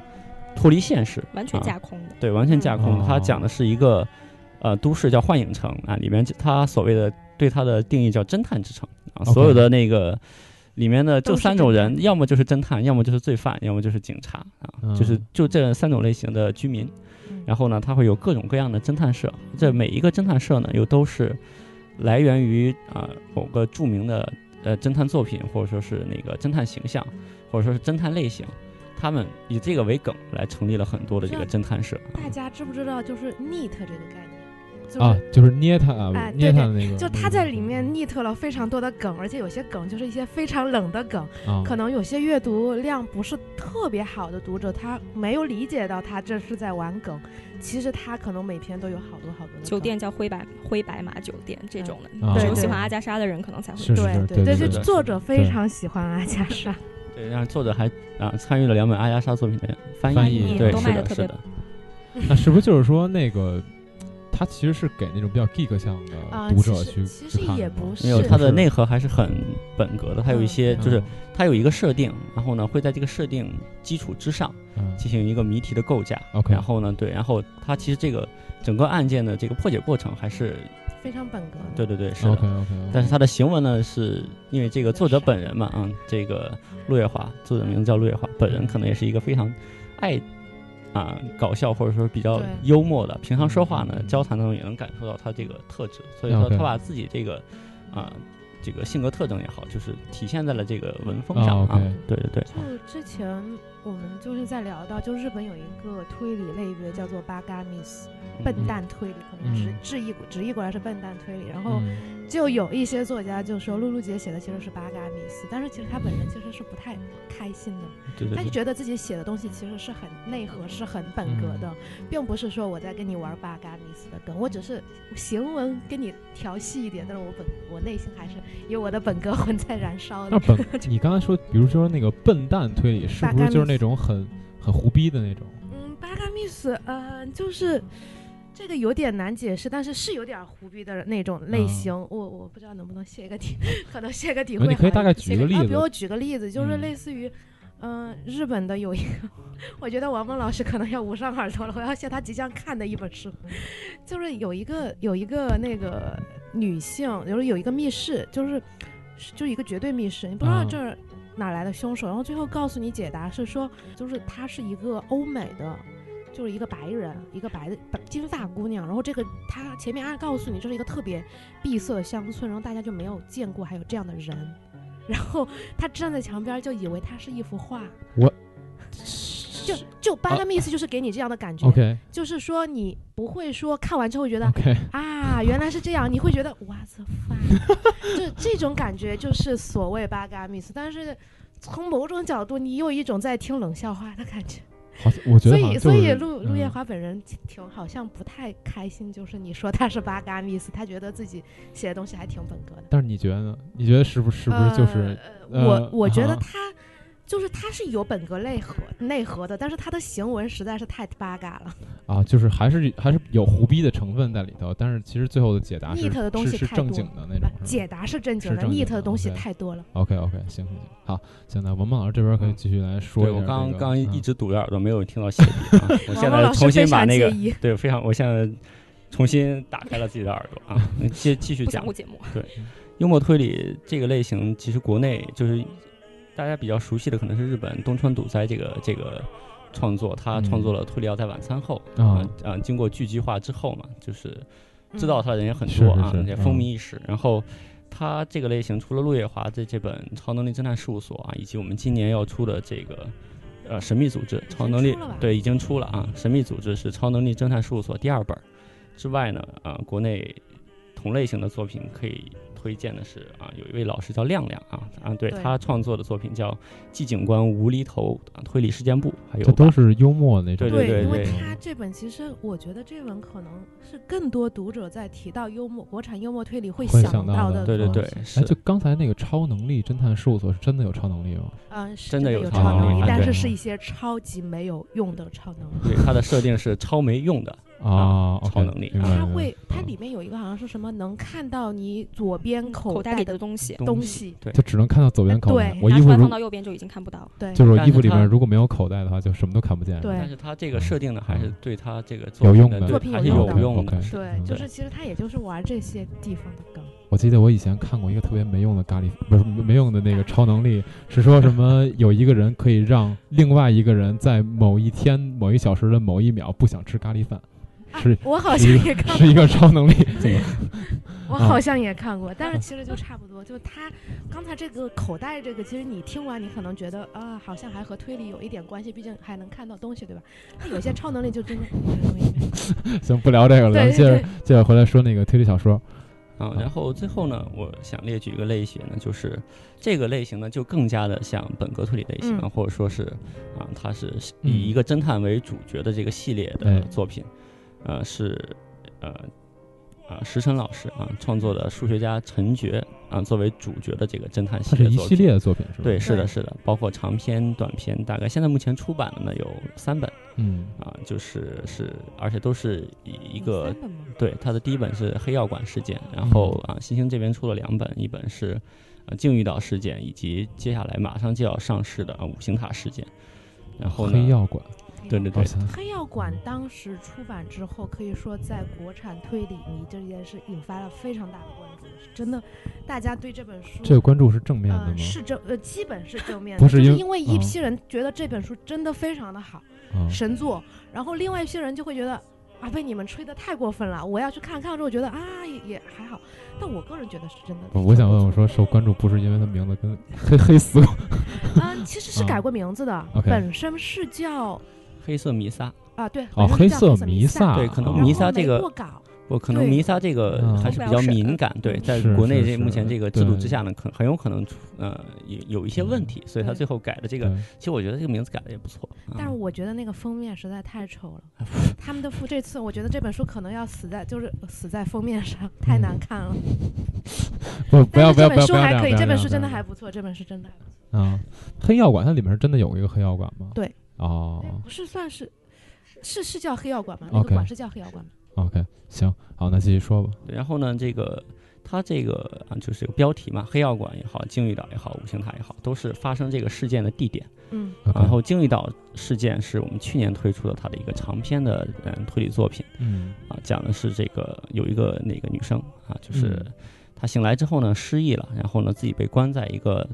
脱离现实，完全啊架空的。对，完全架空嗯。它讲的是一个呃都市叫幻影城啊，里面就它所谓的对它的定义叫侦探之城啊， OK 所有的那个里面的这都是三种侦人，探要么就是侦探，要么就是罪犯，要么就是警察啊，就是嗯就这三种类型的居民。嗯然后呢，它会有各种各样的侦探社，这每一个侦探社呢，又都是来源于啊、某个著名的呃侦探作品，或者说是那个侦探形象，或者说是侦探类型。他们以这个为梗来成立了很多的这个侦探社，大家知不知道就是 neat 这个概念？就是、啊，就是捏他哎啊，对捏他的那个，就他在里面 neat 了非常多的梗，而且有些梗就是一些非常冷的梗，啊，可能有些阅读量不是特别好的读者，他没有理解到他这是在玩梗，其实他可能每篇都有好多好多的酒梗店叫灰白灰白马酒店这种的，啊只对有喜对欢阿加莎的人可能才会是知道。对是对对就是的作者非对常喜欢啊阿加莎，对，然后作者还啊参与了两本阿加莎作品的翻译，翻译对，都是卖得的，特是别的，那是不是就是说那个他其实是给那种比较 geek 向啊的读者其去实其实去看也的吗不是没有它的是内核还是很本格的，它有一些嗯就是它有一个设定，然后呢会在这个设定基础之上嗯进行一个谜题的构架， OK 然后呢对，然后它其实这个整个案件的这个破解过程还是非常本格的。对对对是的 OK，OK，OK，OK OK，但是它的行文呢是因为这个作者本人嘛，嗯，这个陆月华，作者名字叫陆月华，本人可能也是一个非常爱。啊，搞笑或者说比较对幽默的，平常说话呢嗯，交谈当中也能感受到他这个特质，所以说 OK 他把自己这个啊、这个性格特征也好，就是体现在了这个文风上啊啊。 ，OK，对对对，就之前我们就是在聊到，就日本有一个推理类别叫做八嘎 miss，笨嗯蛋推理，可能直嗯直译过直译过来是笨蛋推理。然后嗯就有一些作家就说，露露姐写的其实是八嘎 miss，但是其实她本人其实是不太开心的。对嗯他对就对，觉得自己写的东西其实是很内核，是很本格的，嗯并不是说我在跟你玩八嘎米斯的梗，我只是行文跟你调戏一点，但是我本我内心还是有我的本格魂在燃烧那的。本你刚才说，比如说那个笨蛋推理，是不是就是那种很很胡逼的那种？嗯，八嘎米斯，呃，就是这个有点难解释，但是是有点胡逼的那种嗯类型。我我不知道能不能写一个体， [laughs] 可能写个体会好一你点。可以大概举写一个例啊子比如我举个例子，就是嗯类似于。嗯、日本的有一个， [laughs] 我觉得王蒙老师可能要捂上耳朵了。我要写他即将看的一本书，就是有一个有一个那个女性，就是有一个密室，就是就是一个绝对密室，你不知道嗯这儿哪来的凶手，然后最后告诉你解答是说，就是她是一个欧美的。就是一个白人，一个白的白金发姑娘，然后这个她前面啊告诉你这是一个特别闭塞的乡村，然后大家就没有见过还有这样的人，然后她站在墙边就以为她是一幅画，就就巴格密斯就是给你这样的感觉，啊 OK 嗯就是说你不会说看完之后觉得 OK，啊，原来是这样，你会觉得 what the fuck，就这种感觉就是所谓八嘎 miss，但是从某种角度，你有一种在听冷笑话的感觉。好像，我觉所得好以，像所就是以陆陆夜嗯华本人挺好像不太开心，就是你说他是八嘎 miss，他觉得自己写的东西还挺本格的。但是你觉得呢？你觉得是不是不是就是呃呃呃我我觉得啊他。就是他是有本格内核内核的，但是他的行文实在是太八嘎了。啊，就是还是还是有胡逼的成分在里头，但是其实最后的解答是 neat 的东西是是太多正经的那种是不。吧解答是正经是的正经，neat 的的东西，OK 太多了。 OK OK，行行行，好，行，那文梦老师这边可以嗯继续来说一下这对我个。刚刚嗯一直堵着耳朵，没有听到谢底啊。我现王在老师重新非把常那个介意对非常，我现在重新打开了自己的耳朵啊， [laughs] 接继续不讲想录节目，幽默推理这个类型，其实国内就是大家比较熟悉的，可能是日本东川笃哉这个这个创作，他嗯创作了《推理要在晚餐后》啊啊、呃经过剧集化之后嘛，就是嗯知道他的人也很是多是啊，是也嗯风靡一时。然后他这个类型，除了陆夜华的这本《超能力侦探事务所》啊，以及我们今年要出的这个呃《神秘组织》超能已力经出了吧，对，已经出了啊，《神秘组织》是《超能力侦探事务所》第二本儿之外呢，啊、国内同类型的作品可以推荐的是啊，有一位老师叫亮亮啊啊，对对他创作的作品叫《季警官无厘头啊推理事件簿》，还有这都吧是幽默那种。对对因为对他这本其实我觉得这本可能是更多读者在提到幽默国产幽默推理会会想想到的的对对作对品，是哎，就刚才那个超能力侦探事务所是真的有超能力吗？嗯，是真的的有有超超能力力，但对是是一些超级没有用的超能力。对他的设定是超没用的，啊，OK，超能力明白它明白会，它嗯里面有一个好像是什么能看到你左边嗯口袋袋里的的东西，东西，就只能看到左边口袋。对我拿衣出服来如放到右边就已经看不到了。对，就是我但衣是服里它面如果没有口袋的话，就什么都看不见。对但是他这个设定呢，还是对他这个有作用品的嗯对作品还有是用有的用的 OK，OK，是对，就对是其实它也就是玩这些地方的梗。我记得我以前看过一个特别没用的咖喱，不是没用的那个超能力，是说什 [laughs] 么有一个人可以让另外一个人在某一天、某一小时的某一秒不想吃咖喱饭，啊是我好像是一也个看是一个超 [laughs] 能力。怎么？我啊好像也看过，嗯但是其实就差不多。就他刚才这个口袋这个，其实你听完你可能觉得啊，好像还和推理有一点关系，毕竟还能看到东西，对吧？那有些超能力 [laughs] 就真的没有东西。行，不聊这个了，咱对们接对着接着回来说那个推理小说。啊。嗯然后最后呢，我想列举一个类型呢，就是这个类型呢就更加的像本格推理类型啊，嗯或者说是啊，它是嗯以一个侦探为主角的这个系列对的作品，呃，是呃啊石晨老师啊创作的数学家陈觉啊作为主角的这个侦探系它是列一作系品。列的作品，是吧？对，，是的，对是的，包括长篇、短篇，大概现在目前出版的呢有三本嗯，啊，就是是，而且都是以一个三本吗对，他的第一本是黑药馆事件，嗯然后啊，新星这边出了两本，一本是呃鲸鱼岛事件，以及接下来马上就要上市的啊五星塔事件。然后黑呢，药哦馆，对对好对，像黑药馆当时出版之后，可以说在国产推理迷这件事引发了非常大的关注，真的，大家对这本书这个关注是正面的呃吗？是正呃基本是正面的，不是就是因因为一嗯批人觉得这本书真的非常的好。啊，神作，然后另外一些人就会觉得啊，被你们吹的太过分了，我要去看看完之后觉得啊也也还好，但我个人觉得是真的。哦我想问，我说受关注不是因为他名字 [laughs] 跟黑黑死狗嗯，其实是改过名字的， OK 本身是叫黑色弥撒，啊对，哦，本身是叫色色弥撒，撒，哦对可能然后哦弥撒这个没过稿，我可能对弥撒这个嗯还是比较敏感，对，在是国内是这是目前这个制度之下呢，可很有可能出呃有有一些问题，所以他对最后改的这这个，其实我觉得这个名字改的也不错。嗯哎但是我觉得那个封面实在太丑了，他们的副这次我觉得这本书可能要死在就是死在封面上，太难看了。嗯不不要不要不但要不是这本书要还可以，这这样本不书要真这的样还不错，这本书真的还不错。啊，黑药馆它里面真的有一个黑药馆吗？对，哦哎不是算是是是叫黑药馆吗？那 OK 个馆是叫黑药馆吗？ ，OK，行，好，那继续说吧。对然后呢，这个它这个啊，就是有标题嘛，黑药馆也好，鲸鱼岛也好，五行塔也好，都是发生这个事件的地点。嗯， OK，然后鲸鱼岛事件是我们去年推出的它的一个长篇的嗯推理作品嗯啊，讲的是这个有一个那个女生啊，就是嗯她醒来之后呢失忆了，然后呢自己被关在一个。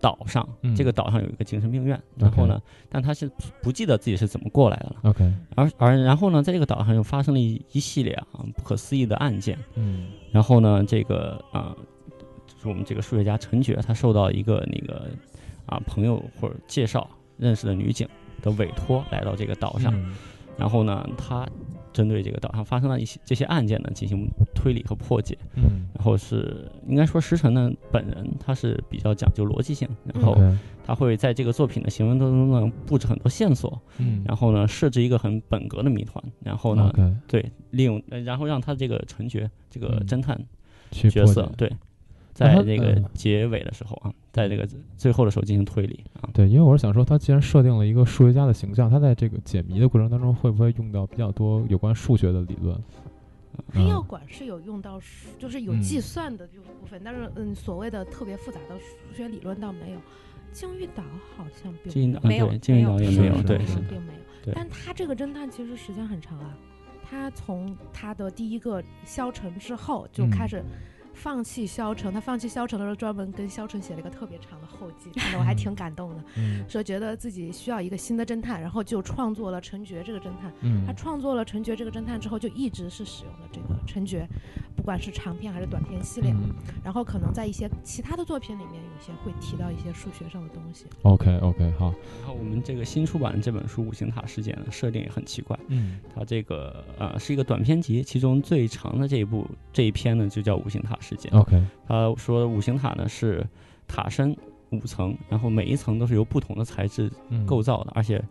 岛上嗯，这个岛上有一个精神病院，然后呢，但她是不记得自己是怎么过来的了， ，OK，而而然后呢，在这个岛上又发生了一一系列啊不可思议的案件，嗯然后呢，这个啊、就是我们这个数学家陈觉，他受到一个那个啊、朋友或者介绍认识的女警的委托，来到这个岛上。嗯然后呢，他针对这个岛上发生的一些这些案件呢，进行推理和破解。嗯然后是应该说石晨呢本人他是比较讲究逻辑性，然后嗯，OK，他会在这个作品的行文当中呢布置很多线索，嗯，然后呢设置一个很本格的谜团，然后呢 OK，对利用，呃然后让他这个陈觉这个嗯侦探去角破色解，对，那在他这个嗯结尾的时候啊，在这个最后的时候进行推理啊。对，因为我是想说，他既然设定了一个数学家的形象，他在这个解谜的过程当中，会不会用到比较多有关数学的理论？黑药嗯馆是有用到数，就是有嗯计算的部分，但是嗯，所谓的特别复杂的数学理论倒没有。鲸鱼岛好像并金没导有没对有金导没也有没是有，是对是是的并没有。对但他这个侦探其实时间很长啊，他从他的第一个消沉之后就嗯开始放弃消沉，他放弃消沉的时候专门跟消沉写了一个特别长的后记，看得我还嗯挺感动的，嗯说觉得自己需要一个新的侦探，然后就创作了陈觉这个侦探。他嗯创作了陈觉这个侦探之后，就一直是使用的这个陈觉，不管是长篇还是短篇系列，嗯然后可能在一些其他的作品里面，有些会提到一些数学上的东西。 ，OK OK，好，然后我们这个新出版的这本书《五行塔事件》呢，设定也很奇怪，嗯它这个呃是一个短篇集，其中最长的这一部这一篇呢就叫《五行塔事件》。 ，OK，他说五行塔呢是塔身五层，然后每一层都是由不同的材质嗯构造的，而且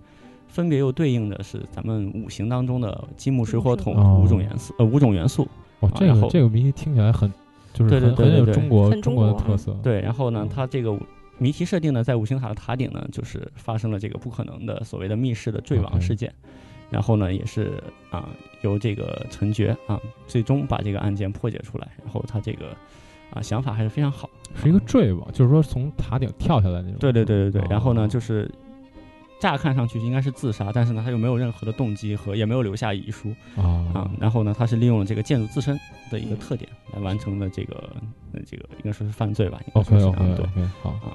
分别又对应的是咱们五行当中的金木水火土金木水火土五种元素，呃，五种元素。哇，啊这然个后这个谜题听起来很，就是对对很对很对有对中国中很中国的国啊特色。对，然后呢嗯，它这个谜题设定呢，在五行塔的塔顶呢，就是发生了这个不可能的所谓的密室的坠亡 OK 事件。然后呢，也是啊、由这个陈觉啊，最终把这个案件破解出来。然后他这个啊、想法还是非常好。是一个坠网，就是说从塔顶跳下来那种。对对对对哦对。然后呢，就是乍看上去应该是自杀，但是呢，他又没有任何的动机和也没有留下遗书啊啊。然后呢，他是利用了这个建筑自身的一个特点来完成了这个呃这个应该说是犯罪吧。应该 OK 说是 OK 啊对 OK，好啊，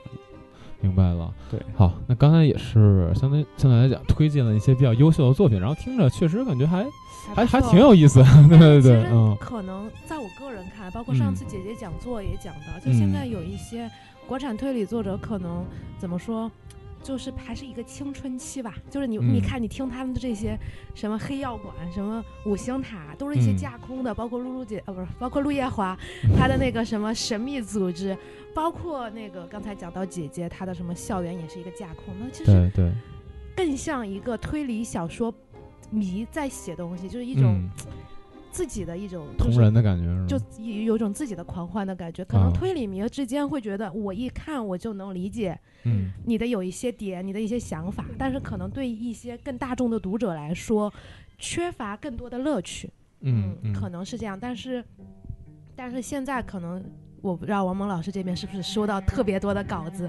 明白了。对。好，那刚才也是相对相对来讲推荐了一些比较优秀的作品，然后听着确实感觉还还还挺有意思。 [laughs] 对对对其，实嗯可能在我个人看来，包括嗯上次姐姐讲座也讲到，就现在嗯有一些国产推理作者，可能怎么说，就是还是一个青春期吧。就是你、嗯你看，你听他们的这些什么黑药馆、什么五星塔，都是一些嗯架空的，包括露露姐呃不是，包括陆夜华她的那个什么神秘组织，包括那个刚才讲到姐姐她的什么校园也是一个架空，那其对实对，更像一个推理小说迷在写东西，就是一种嗯，自己的一种、就是、同人的感觉是吗？就有有种自己的狂欢的感觉。可能嗯啊推理迷之间会觉得，我一看我就能理解嗯你的有一些点，你的一些想法，但是可能对一些更大众的读者来说，缺乏更多的乐趣。嗯嗯，可能是这样，但是但是现在可能。我不知道王蒙老师这边是不是收到特别多的稿子，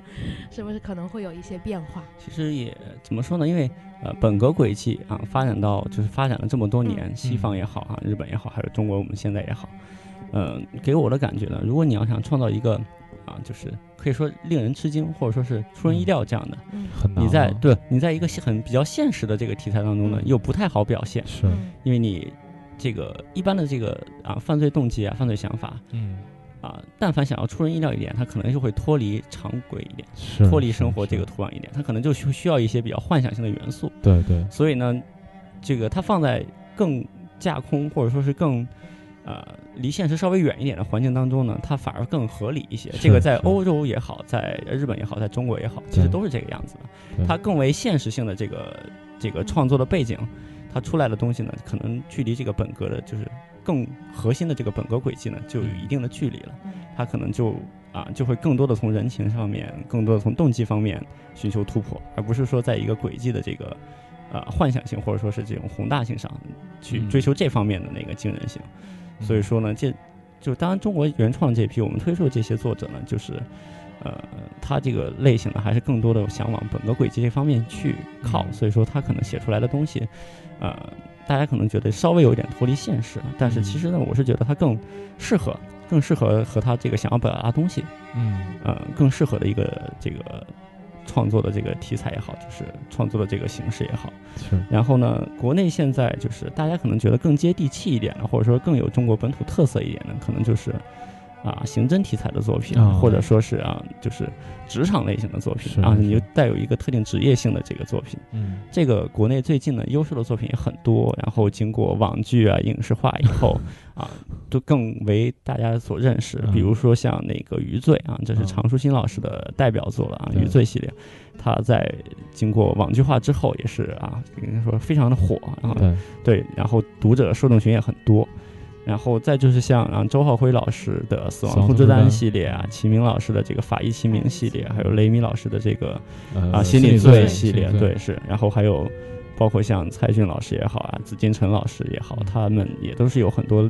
是不是可能会有一些变化？其实也怎么说呢？因为呃，本格轨迹啊，发展到就是发展了这么多年，西方也好啊，日本也好，还有中国我们现在也好，呃，给我的感觉呢，如果你要想创造一个啊，就是可以说令人吃惊，或者说是出人意料这样的，嗯很难啊。你在对你在一个很比较现实的这个题材当中呢，嗯又不太好表现，是嗯因为你这个一般的这个啊犯罪动机啊、犯罪想法嗯，啊，但凡想要出人意料一点，他可能就会脱离常规一点，是脱离生活嗯是这个是土壤一点，他可能就需需要一些比较幻想性的元素。对对，所以呢，这个它放在更架空或者说是更呃离现实稍微远一点的环境当中呢，它反而更合理一些。是这个在是欧洲也好，在日本也好，在中国也好，其实对都是这个样子的对。它更为现实性的这个这个创作的背景，它出来的东西呢，可能距离这个本格的就是更核心的这个本格轨迹呢，就有一定的距离了。它可能就。啊，就会更多的从人情上面，更多的从动机方面寻求突破，而不是说在一个轨迹的这个呃幻想性或者说是这种宏大性上去嗯追求这方面的那个惊人性。嗯所以说呢，这就当然中国原创这批我们推出的这些作者呢，就是呃，他这个类型呢还是更多的想往本格轨迹这方面去靠，嗯所以说他可能写出来的东西，呃。大家可能觉得稍微有点脱离现实，但是嗯其实呢，我是觉得它更适合，更适合和他这个想要表达的东西，嗯呃，更适合的一个这个创作的这个题材也好，就是创作的这个形式也好，是然后呢，国内现在就是大家可能觉得更接地气一点的，或者说更有中国本土特色一点的，可能就是啊刑侦题材的作品，啊或者说是啊就是职场类型的作是品啊，是你就带有一个特定职业性的这个作品。嗯这个国内最近呢，优秀的作品也很多，然后经过网剧啊影视化以 [laughs] 后啊，都更为大家所认识嗯。比如说像那个《余罪》啊，这是嗯常书欣老师的代表作了啊，对余罪》系列，他在经过网剧化之后也是啊，应该说非常的火，然后对对，然后读者受众群也很多。然后再就是像啊周浩辉老师的《死死亡亡通通知知单》单嗯系列啊，齐明老师的这个《法医齐明》系列，还有雷米老师的这个呃啊，心理罪系心列理罪对是，然后还有包括像蔡骏老师也好啊，紫金陈老师也好，嗯他们也都是有很多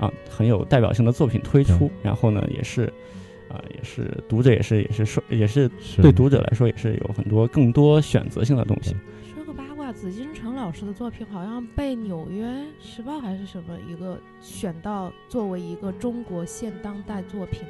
啊很有代表性的作品推对出，然后呢也是啊也是读者也是也是说也是是对读者来说也是有很多更多选择性的东西对，说个八卦，紫金城老师的作品好像被《纽约时报》还是什么一个选到作为一个中国现当代作品，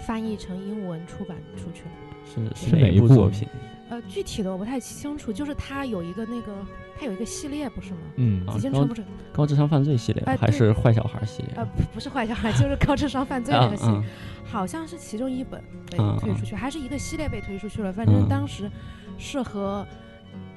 翻译成英文出版出去了。是是哪一一部部作啊品？呃，具体的我不太清楚，就是他有一个那个，他有一个系列不是吗？嗯啊紫金高城不是高智商犯罪系列哎还对是坏小孩系列？呃不不是坏 [laughs] 小孩，就是高智商犯罪那啊个系列，啊，好像是其中一本被啊推啊出去，还是一个系列被推出去了。反正嗯当时是和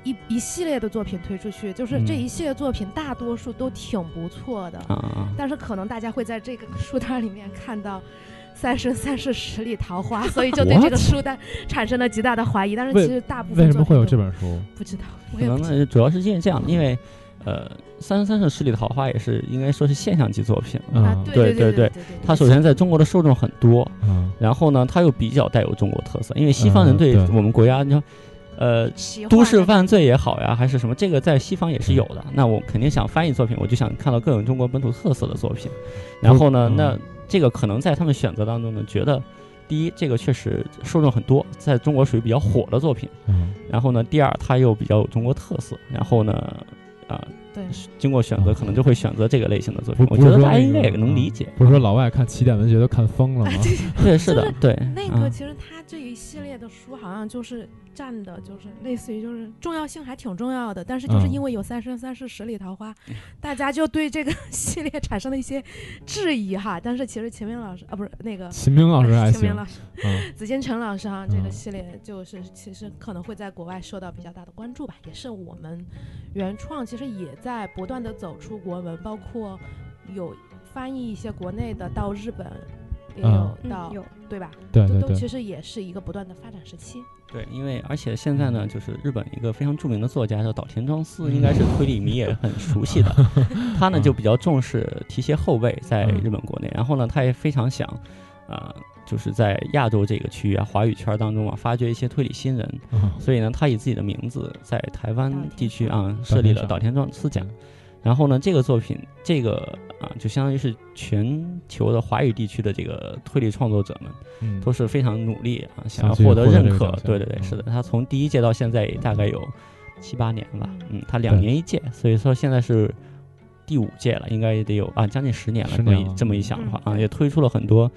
一一系列的作品推出去，就是这嗯一系列作品大多数都挺不错的。啊啊！但是可能大家会在这个 [laughs] 书单里面看到“三生三世十里桃花”，所以就对这个 What？书单产生了极大的怀疑。但是为其实大部分为什么作会品有都这本书？不知道，我可也不能知道。呢，主要是因为这样，因为呃，三十三世十里桃花也是应该说是现象级作品了。啊啊，对对对对对对对，它首先在中国的受众很多，啊然后呢，它又比较带有中国特色，因为西方人嗯对对我们国家，你说，呃，奇都幻市的犯罪也好呀，还是什么，这个在西方也是有的。那我肯定想翻译作品，我就想看到更有中国本土特色的作品。然后呢嗯，那这个可能在他们选择当中呢，觉得第一，这个确实受众很多，在中国属于比较火的作品。嗯然后呢，第二，它又比较有中国特色。然后呢，啊、对经过选择，可能就会选择这个类型的作不品。哦不我是觉得说大家那应该个也能嗯理解。不是说老外看起点文学都看疯 [laughs] 了吗？ [laughs] 对，是就的，对。那嗯个其实他这一系列的书好像就是占的，就是类似于就是重要性还挺重要的，但是就是嗯因为有《三生三世十里桃花》大家就对这个 [laughs] 系列产生了一些质疑哈。但是其实秦明老师啊，不是那个秦明老师还秦行明，老师、嗯紫金陈老师哈，这个嗯系列就是其实可能会在国外受到比较大的关注吧，也是我们原创其实也在不断的走出国门，包括有翻译一些国内的到日本，也有嗯嗯到、有对吧？对这对都对其，实也是一个不断的发展时期。对，因为而且现在呢，就是日本一个非常著名的作家叫岛田庄司，应该是推理迷也很熟 [laughs] 悉的。他呢就比较重视提携后辈在日本国内，然后呢他也非常想，啊、就是在亚洲这个区域啊，华语圈当中啊，发掘一些推理新人。嗯所以呢，他以自己的名字在台湾地区啊岛田庄设立了岛岛田庄司奖嗯。然后呢，这个作品，这个啊，就相当于是全球的华语地区的这个推理创作者们嗯都是非常努力啊，想想要去获得获得认这个可奖。项对对对，嗯是的，他从第一届到现在也大概有七八年了吧，嗯嗯，他两对年一届，所以说现在是第五届了，应该也得有啊，将近十年了。 10这么年一了这么一想的话嗯啊，也推出了很多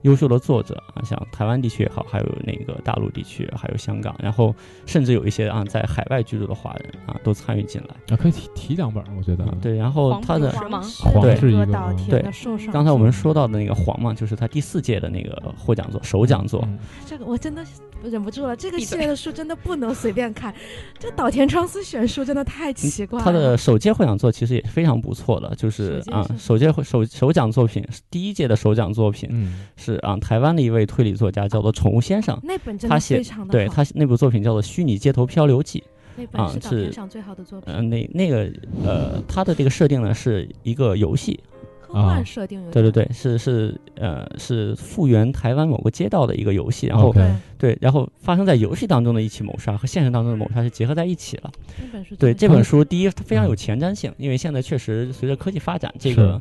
优秀的作者啊，像台湾地区也好，还有那个大陆地区，还有香港，然后甚至有一些啊在海外居住的华人啊都参与进来。啊，可以提提两本儿，我觉得啊，。对，然后黄他的皮是吗黄对是一个岛嗯田对的受伤。刚才我们说到的那个黄嘛，就是他第四届的那个获奖作首奖作，嗯这个我真的忍不住了，这个闭系嘴列的书真的不能随便看。这岛田庄司选书真的太奇怪了。嗯他的首届获奖作其实也非常不错的，就首是届啊是，首届获首首奖作品第一届的首奖作品嗯，是啊，台湾的一位推理作家叫做宠物先生，那本真他的写非常的对好，他那部作品叫做《虚拟街头漂流记》。那啊本是岛是田赏最好的作品，嗯，那那个呃，它的这个设定呢是一个游戏，科啊幻设定有对对点对，是是呃是复原台湾某个街道的一个游戏，然后 OK 对对，对，然后发生在游戏当中的一起谋杀和现实当中的谋杀是结合在一起了。那本书对真的这本书，第一它非常嗯有前瞻性，因为现在确实随着科技发展，这个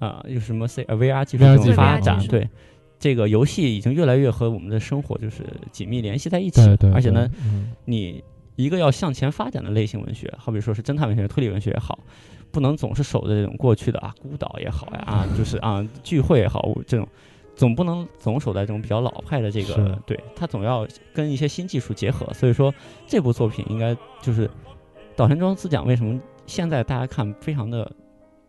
啊、有什么 C 呃 VR 技术 VR 这技种术发嗯展，嗯对这个游戏已经越来越和我们的生活就是紧密联系在一起，对对，而且呢，对，嗯你一个要向前发展的类型文学，好比说是侦探文学、推理文学也好，不能总是守着这种过去的啊孤岛也好呀啊，就是啊聚会也好，我这种总不能总守在这种比较老派的这是个，对，它总要跟一些新技术结合。所以说这部作品应该就是岛田庄司讲为什么现在大家看非常的。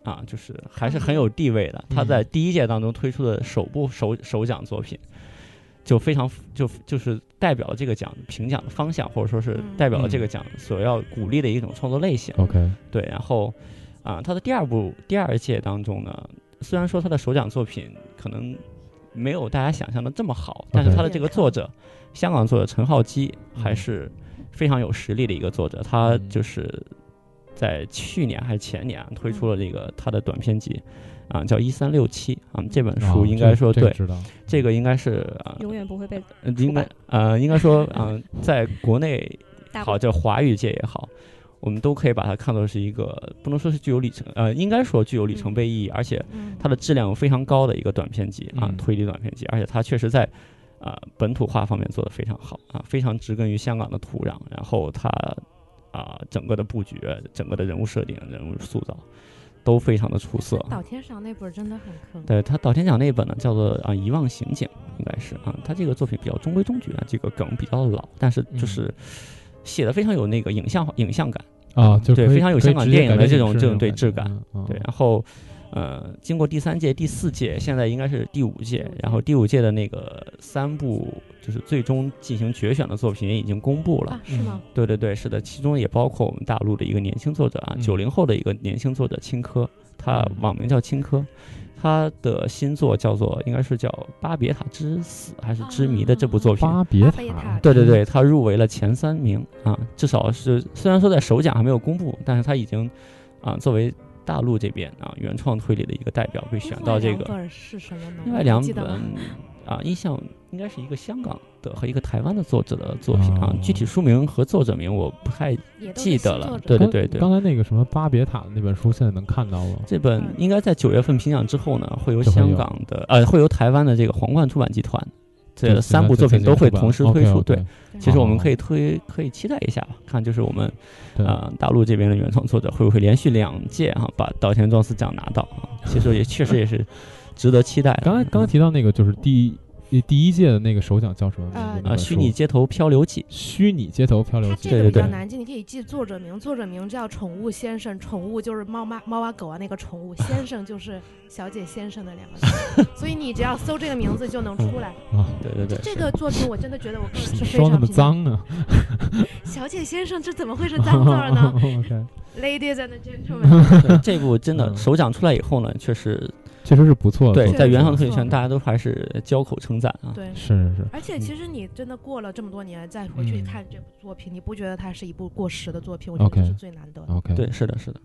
啊，就是还是很有地位的。他在第一届当中推出的首部首首奖作品，就非常就就是代表了这个奖评奖的方向，或者说是嗯代表了嗯这个奖所要鼓励的一种创作类型。 ，OK，对，然后啊，他的第二部第二届当中呢，虽然说他的首奖作品可能没有大家想象的这么好，但是他的这个作者，香港作者陈浩基还是非常有实力的一个作者，他嗯就是在去年还是前年啊推出了这个他的短篇集。啊，叫一三六七啊，这本啊书应这该个说这个对，知道这个应该是啊，永远不会被呃应该呃，应该 [laughs] 说，嗯、在国内大好，叫华语界也好，我们都可以把它看作是一个不能说是具有里程，呃，应该说具有里程碑意义，而且嗯它的质量非常高的一个短片集啊，嗯推理短片集，而且它确实在啊、呃本土化方面做得非常好啊，非常植根于香港的土壤，然后它啊、整个的布局、整个的人物设定、人物塑造都非常的出色。岛田赏那本真的很坑，对呃他岛田奖那一本呢，叫做啊《遗忘刑警》，应该是啊，他这个作品比较中规中矩啊，这个梗比较老，但是嗯就是写的非常有那个影像影像感，啊，就对可以非常有可以香港直接电影改的编这影种视这那种对质感感觉，嗯哦对，啊嗯然后呃，经过第三届、第四届，现在应该是第五第届五届，然后第五届的那个三部就是最终进行决选的作品也已经公布了，嗯啊，是吗？对对对，是的，其中也包括我们大陆的一个年轻作者啊，嗯九零、后的一个年轻作者青稞，他嗯网名叫青稞，他的新作叫做应该是叫《巴别塔之死》还是《之谜》的这部作品。巴别巴别塔塔，嗯对对对，他入围了前三名啊，至少是虽然说在首奖还没有公布，但是他已经啊作为大陆这边啊原创推理的一个代表被选到这另外两个。本是什么呢？另外两你记本得吗啊，印象应该是一个香港的和一个台湾的作者的作品啊哦，具体书名和作者名我不太也都是新记得了作者对对刚对对刚才那个什么巴别塔的那本书，现在能看到吗？这本应该在九月份评奖之后呢，会由就会有香港的呃，会由台湾的这个皇冠出版集团，就这是三在部在作品这都个会出版同时 OK，推出。 OK，对，其实我们可以哦推，可以期待一下吧，看就是我们对呃大陆这边的原创作者会不会连续两届哈、把岛田庄司奖拿到啊？其实也 [laughs] 确实也是值得期待的。刚才刚才嗯提到那个就是第一呃第一届的那个首奖叫什么名字呃那啊，本虚书拟街头漂流记，虚拟街头漂流它记，这个对比对较对难记，你可以记作者名，作者名叫宠物先生，宠物就是猫妈猫啊狗啊那个宠物，先生就是小姐先生的两个字， [laughs] 所以你只要搜这个名字就能出来。啊，对对对，这个作品我真的觉得我个人是非说常那么评价，脏呢？小姐先生这怎么会是脏字儿 [laughs] 呢？OK， ？Ladies and [laughs] gentlemen，对这部真的嗯首奖出来以后呢，确实确实是不错的对作品，在原原创推创理嗯圈大家都还是交口称赞啊。对。是是是，而且其实你真的过了这么多年再回去嗯看这部作品，你不觉得它是一部过时的作品？我觉得 OK 嗯这是最难得的。 OK，对，是的，是的，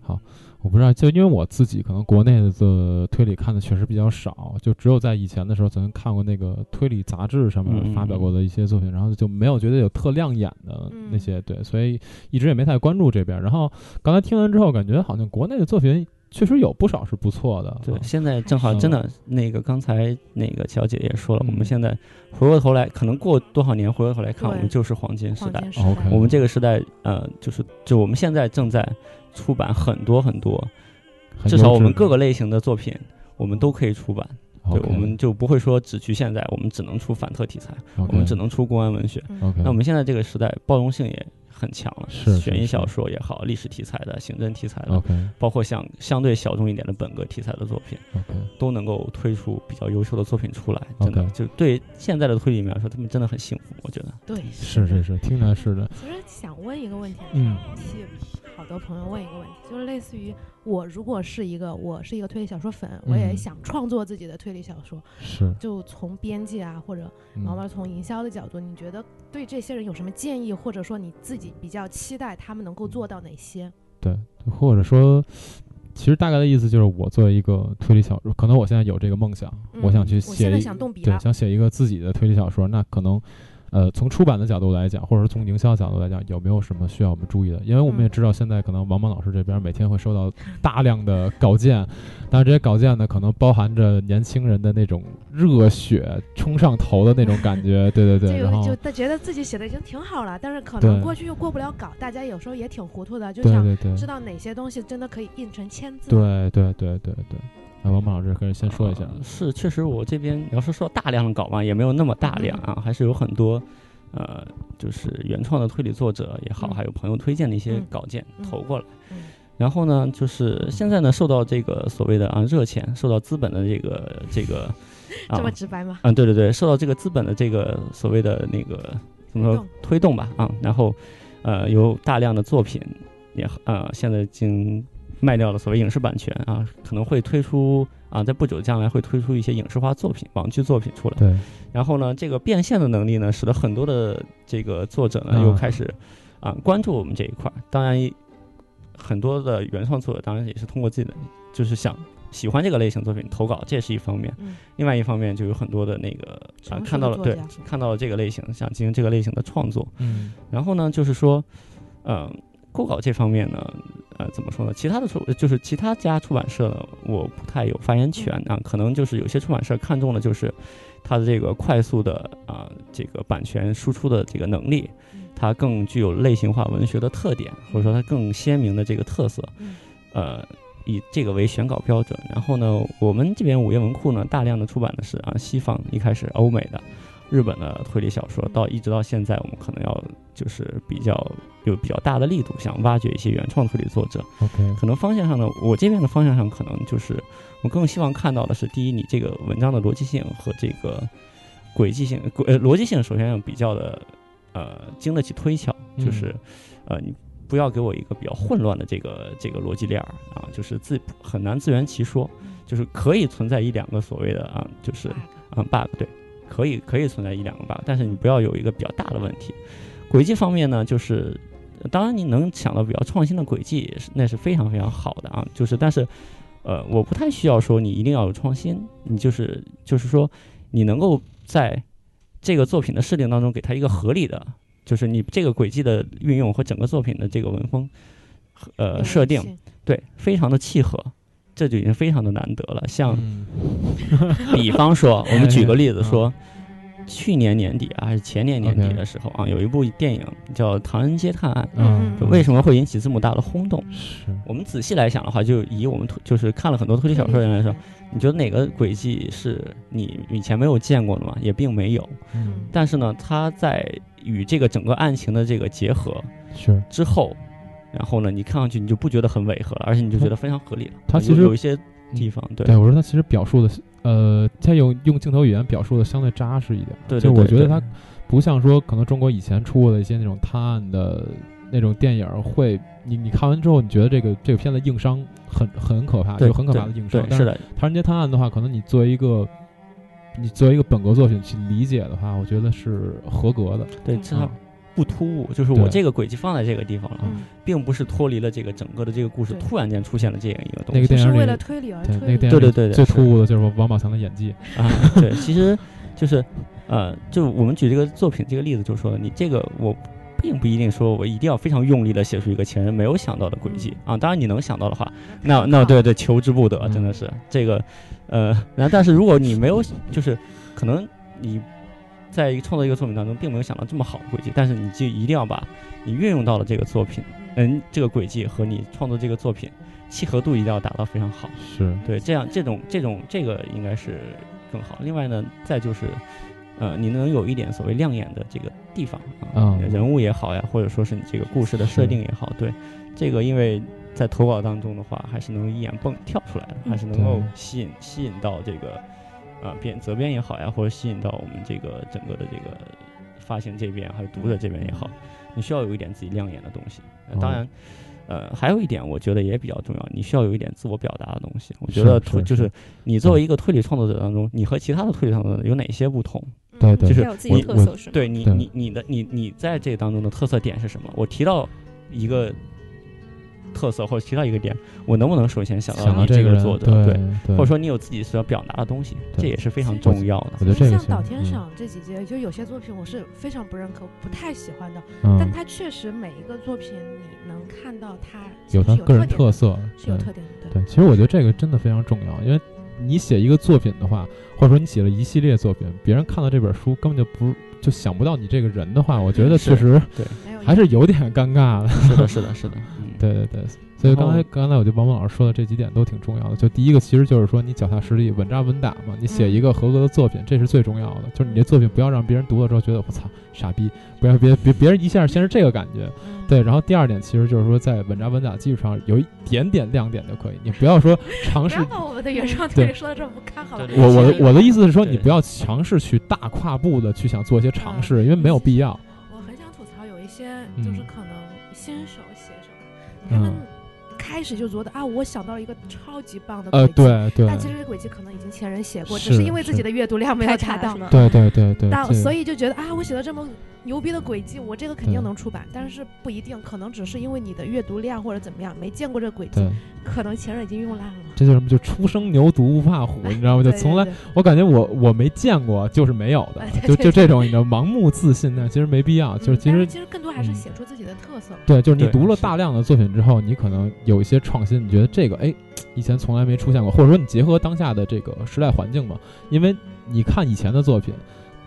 我不知道，就因为我自己可能国内的推理看的确实比较少，就只有在以前的时候曾经看过那个推理杂志上面嗯发表过的一些作品，然后就没有觉得有特亮眼的那些，对，所以一直也没太关注这边。然后刚才听完之后，感觉好像国内的作品确实有不少是不错的，对啊，现在正好还是真的那个刚才那个小姐姐也说了，嗯我们现在回过头来，可能过多少年回过头来看，对我们就是黄金时黄代。金时代 OK 我们这个时代，呃，就是就我们现在正在出版很多很多，很至优少我质们的各个类型的作品，我们都可以出版。对 OK，我们就不会说只局限在我们只能出反特题材， OK，我们只能出公安文学。 OK，那我们现在这个时代包容性也很强了，是是嗯悬疑是小说也好，历史题材的、刑侦题材的， OK 包括像相对小众一点的本格题材的作品， OK 都能够推出比较优秀的作品出来。真的 OK 就对现在的推理迷来说，他们真的很幸福，我觉得。对，是的是是，听着是的，其实想问一个问题，嗯替好多朋友问一个问题，就是类似于我如果是一个我是一个推理小说粉，我也嗯想创作自己的推理小说，是。就从编辑啊或者嗯毛毛从营销的角度，你觉得对这些人有什么建议，或者说你自己比较期待他们能够做到哪些？对，或者说，其实大概的意思就是，我作为一个推理小说，可能我现在有这个梦想，嗯我想去我写现在一，想动笔对，了，想写一个自己的推理小说。那可能，呃，从出版的角度来讲，或者是从营销角度来讲，有没有什么需要我们注意的？因为我们嗯也知道，现在可能王蒙老师这边每天会收到大量的稿件，但是这些稿件呢，可能包含着年轻人的那种热血冲上头的那种感觉。对对对，这然个后就他觉得自己写的已经挺好了，但是可对能过去又过不了稿，大家有时候也挺糊涂的，就对想对对知道哪些东西真的可以印成签字。，对对对对对。那王蒙老师可以先说一下。呃是，确实我这边你要是说大量的稿嘛，也没有那么大量啊，还是有很多，呃，就是原创的推理作者也好，嗯还有朋友推荐的一些嗯稿件、嗯投过来。嗯然后呢，就是现在呢，受到这个所谓的啊热钱，受到资本的这个这个，啊这么直白吗？啊对对对，受到这个资本的这个所谓的那个怎么推说动推动吧啊，然后呃有大量的作品也呃现在已经卖掉了所谓影视版权啊，可能会推出啊在不久将来会推出一些影视化作品、网剧作品出来。对，然后呢，这个变现的能力呢，使得很多的这个作者呢嗯又开始啊、关注我们这一块儿。当然，很多的原创作者当然也是通过自己的，就是想喜欢这个类型作品投稿，这是一方面。嗯另外一方面就有很多的那个啊、成熟的看到了作对家看到了这个类型，想进行这个类型的创作。嗯然后呢，就是说，呃，构稿这方面呢，呃，怎么说呢？其他的出就是其他家出版社呢，我不太有发言权啊，可能就是有些出版社看中的就是它的这个快速的啊、这个版权输出的这个能力嗯，它更具有类型化文学的特点，或者说它更鲜明的这个特色嗯，呃。以这个为选稿标准，然后呢，我们这边午夜文库呢，大量的出版的是啊，西方一开始欧美的，日本的推理小说，到一直到现在，我们可能要就是比较有比较大的力度，想挖掘一些原创推理作者。 ，OK，可能方向上呢，我这边的方向上，可能就是我更希望看到的是，第一，你这个文章的逻辑性和这个轨迹性，轨呃逻辑性首先要比较的呃经得起推敲，嗯就是、呃你不要给我一个比较混乱的这个这个逻辑链儿啊，就是自很难自圆其说，就是可以存在一两个所谓的啊，就是哎啊 bug 对，可以可以存在一两个 bug，但是你不要有一个比较大的问题。轨迹方面呢，就是呃当然你能想到比较创新的轨迹，是那是非常非常好的啊。就是但是，呃，我不太需要说你一定要有创新，你就是就是说你能够在这个作品的设定当中给它一个合理的，就是你这个轨迹的运用和整个作品的这个文风，呃，设定，对，非常的契合，这就已经非常的难得了。像嗯比方说，我们举个例 [laughs] 哎子哎说，去年年底啊，还是前年年底 OK 的时候啊，有一部电影叫《唐人街探案》，嗯就为什么会引起这么大的轰动？是我们仔细来想的话，就以我们推就是看了很多推理小说的人嗯来说，你觉得哪个轨迹是你以前没有见过的吗？也并没有。嗯但是呢，它在与这个整个案情的这个结合是，之后，然后呢，你看上去你就不觉得很违和了，而且你就觉得非常合理了。它有其实嗯有一些地方对对我说他其实表述的，呃，他用用镜头语言表述的相对扎实一点，对，就对我对觉得对他不像说可能中国以前出过的一些那种探案的那种电影儿会，你你看完之后你觉得这个这个片子硬伤很很可怕，对有很可对怕的硬伤对，但是的，唐人街探案的话，可能你作为一个。你作为一个本格作品去理解的话，我觉得是合格的。对，嗯至少嗯不突兀，就是对我这个轨迹放在这个地方了，嗯并不是脱离了这个整个的这个故事，对突然间出现了这样一个东那个西电是影为里了，推理而对推理。那个电影对对里对对最是突兀的就是王宝强的演技。 [laughs] 啊。对，其实就是呃，就我们举这个作品这个例子，就说你这个我。并不一定说我一定要非常用力的写出一个前人没有想到的轨迹啊，当然你能想到的话，那那对对，求之不得，嗯真的是这个，呃，然后但是如果你没有，就是可能你在创作一个作品当中，并没有想到这么好的轨迹，但是你就一定要把你运用到了这个作品，嗯，这个轨迹和你创作这个作品契合度一定要达到非常好。是，对，这样这种这种这个应该是更好。另外呢，再就是，呃，你能有一点所谓亮眼的这个地方啊啊，人物也好呀，或者说是你这个故事的设定也好，对这个，因为在投稿当中的话，还是能一眼蹦跳出来的，嗯还是能够对吸引吸引到这个啊编责编也好呀，或者吸引到我们这个整个的这个发行这边还有读者这边也好，你需要有一点自己亮眼的东西。呃嗯哦当然，呃，还有一点我觉得也比较重要，你需要有一点自我表达的东西。我觉是得是推就是是你作为一个推理创作者当中，你和其他的推理创作者有哪些不同？对对嗯就是要有自己的我特色是吗？对你对你你的你你在这当中的特色点是什么？我提到一个特色或者提到一个点，我能不能首先想想到到你这个人，作者？对对，对，或者说你有自己所要表达的东西，这对也是非常其实重要的。我觉得这个像行岛天嗯赏这几届，就有些作品我是非常不认可、不太喜欢的，但嗯，他确实每一个作品你能看到他有他他个人特特点色，的，是有对特点的，对，对，其实我觉得这个真的非常重要，因为你写一个作品的话，或者说你写了一系列作品，别人看到这本书根本就不就想不到你这个人的话，我觉得确实没有一还是有点尴尬的。 [laughs] 是的，是的，是的，嗯，对对对，所以刚才然后刚才我觉得王蒙老师说的这几点都挺重要的。就第一个，其实就是说你脚踏实地，稳扎稳打嘛。你嗯写一个合格的作品，这是最重要的。就是你这作品不要让别人读了之后觉得我操傻逼，不要别别别人一下先是这个感觉。嗯对，然后第二点其实就是说在稳扎稳打的基础上有一点点亮点就可以，你不要说尝不试要。把我们的原创对推理说的这么 [laughs] 不堪，好吧？对我我的我的意思是说，对你不要尝试去大跨步的去想做一些尝嗯试，因为没有必要。我很想吐槽有一些就是嗯可能新手写手，他们开始就觉得啊，我想到了一个超级棒的呃，轨迹，对对嗯但其实这个轨迹可能已经前人写过，是只是因为自是己的阅读量没有达太差到是，吗？嗯对对对嗯对，到这所以就觉得啊，我写了这么牛逼的轨迹，我这个肯对定能出版，但是不一定，可能只是因为你的阅读量或者怎么样，没见过这轨迹，对，可能前人已经用烂了。这就是什么？就初生牛犊不怕虎，你知道吗？就对从来对嗯对我感觉我我没见过，就是没有的哎， [laughs] 对就对就这种你知道盲目自信，但其实没必要。就是嗯其但实其实更多还是嗯写出自己的特色。对，就是你对读了是大量的作品之后，你可能有一些创新，你觉得这个哎，以前从来没出现过，或者说你结合当下的这个时代环境嘛，因为你看以前的作品。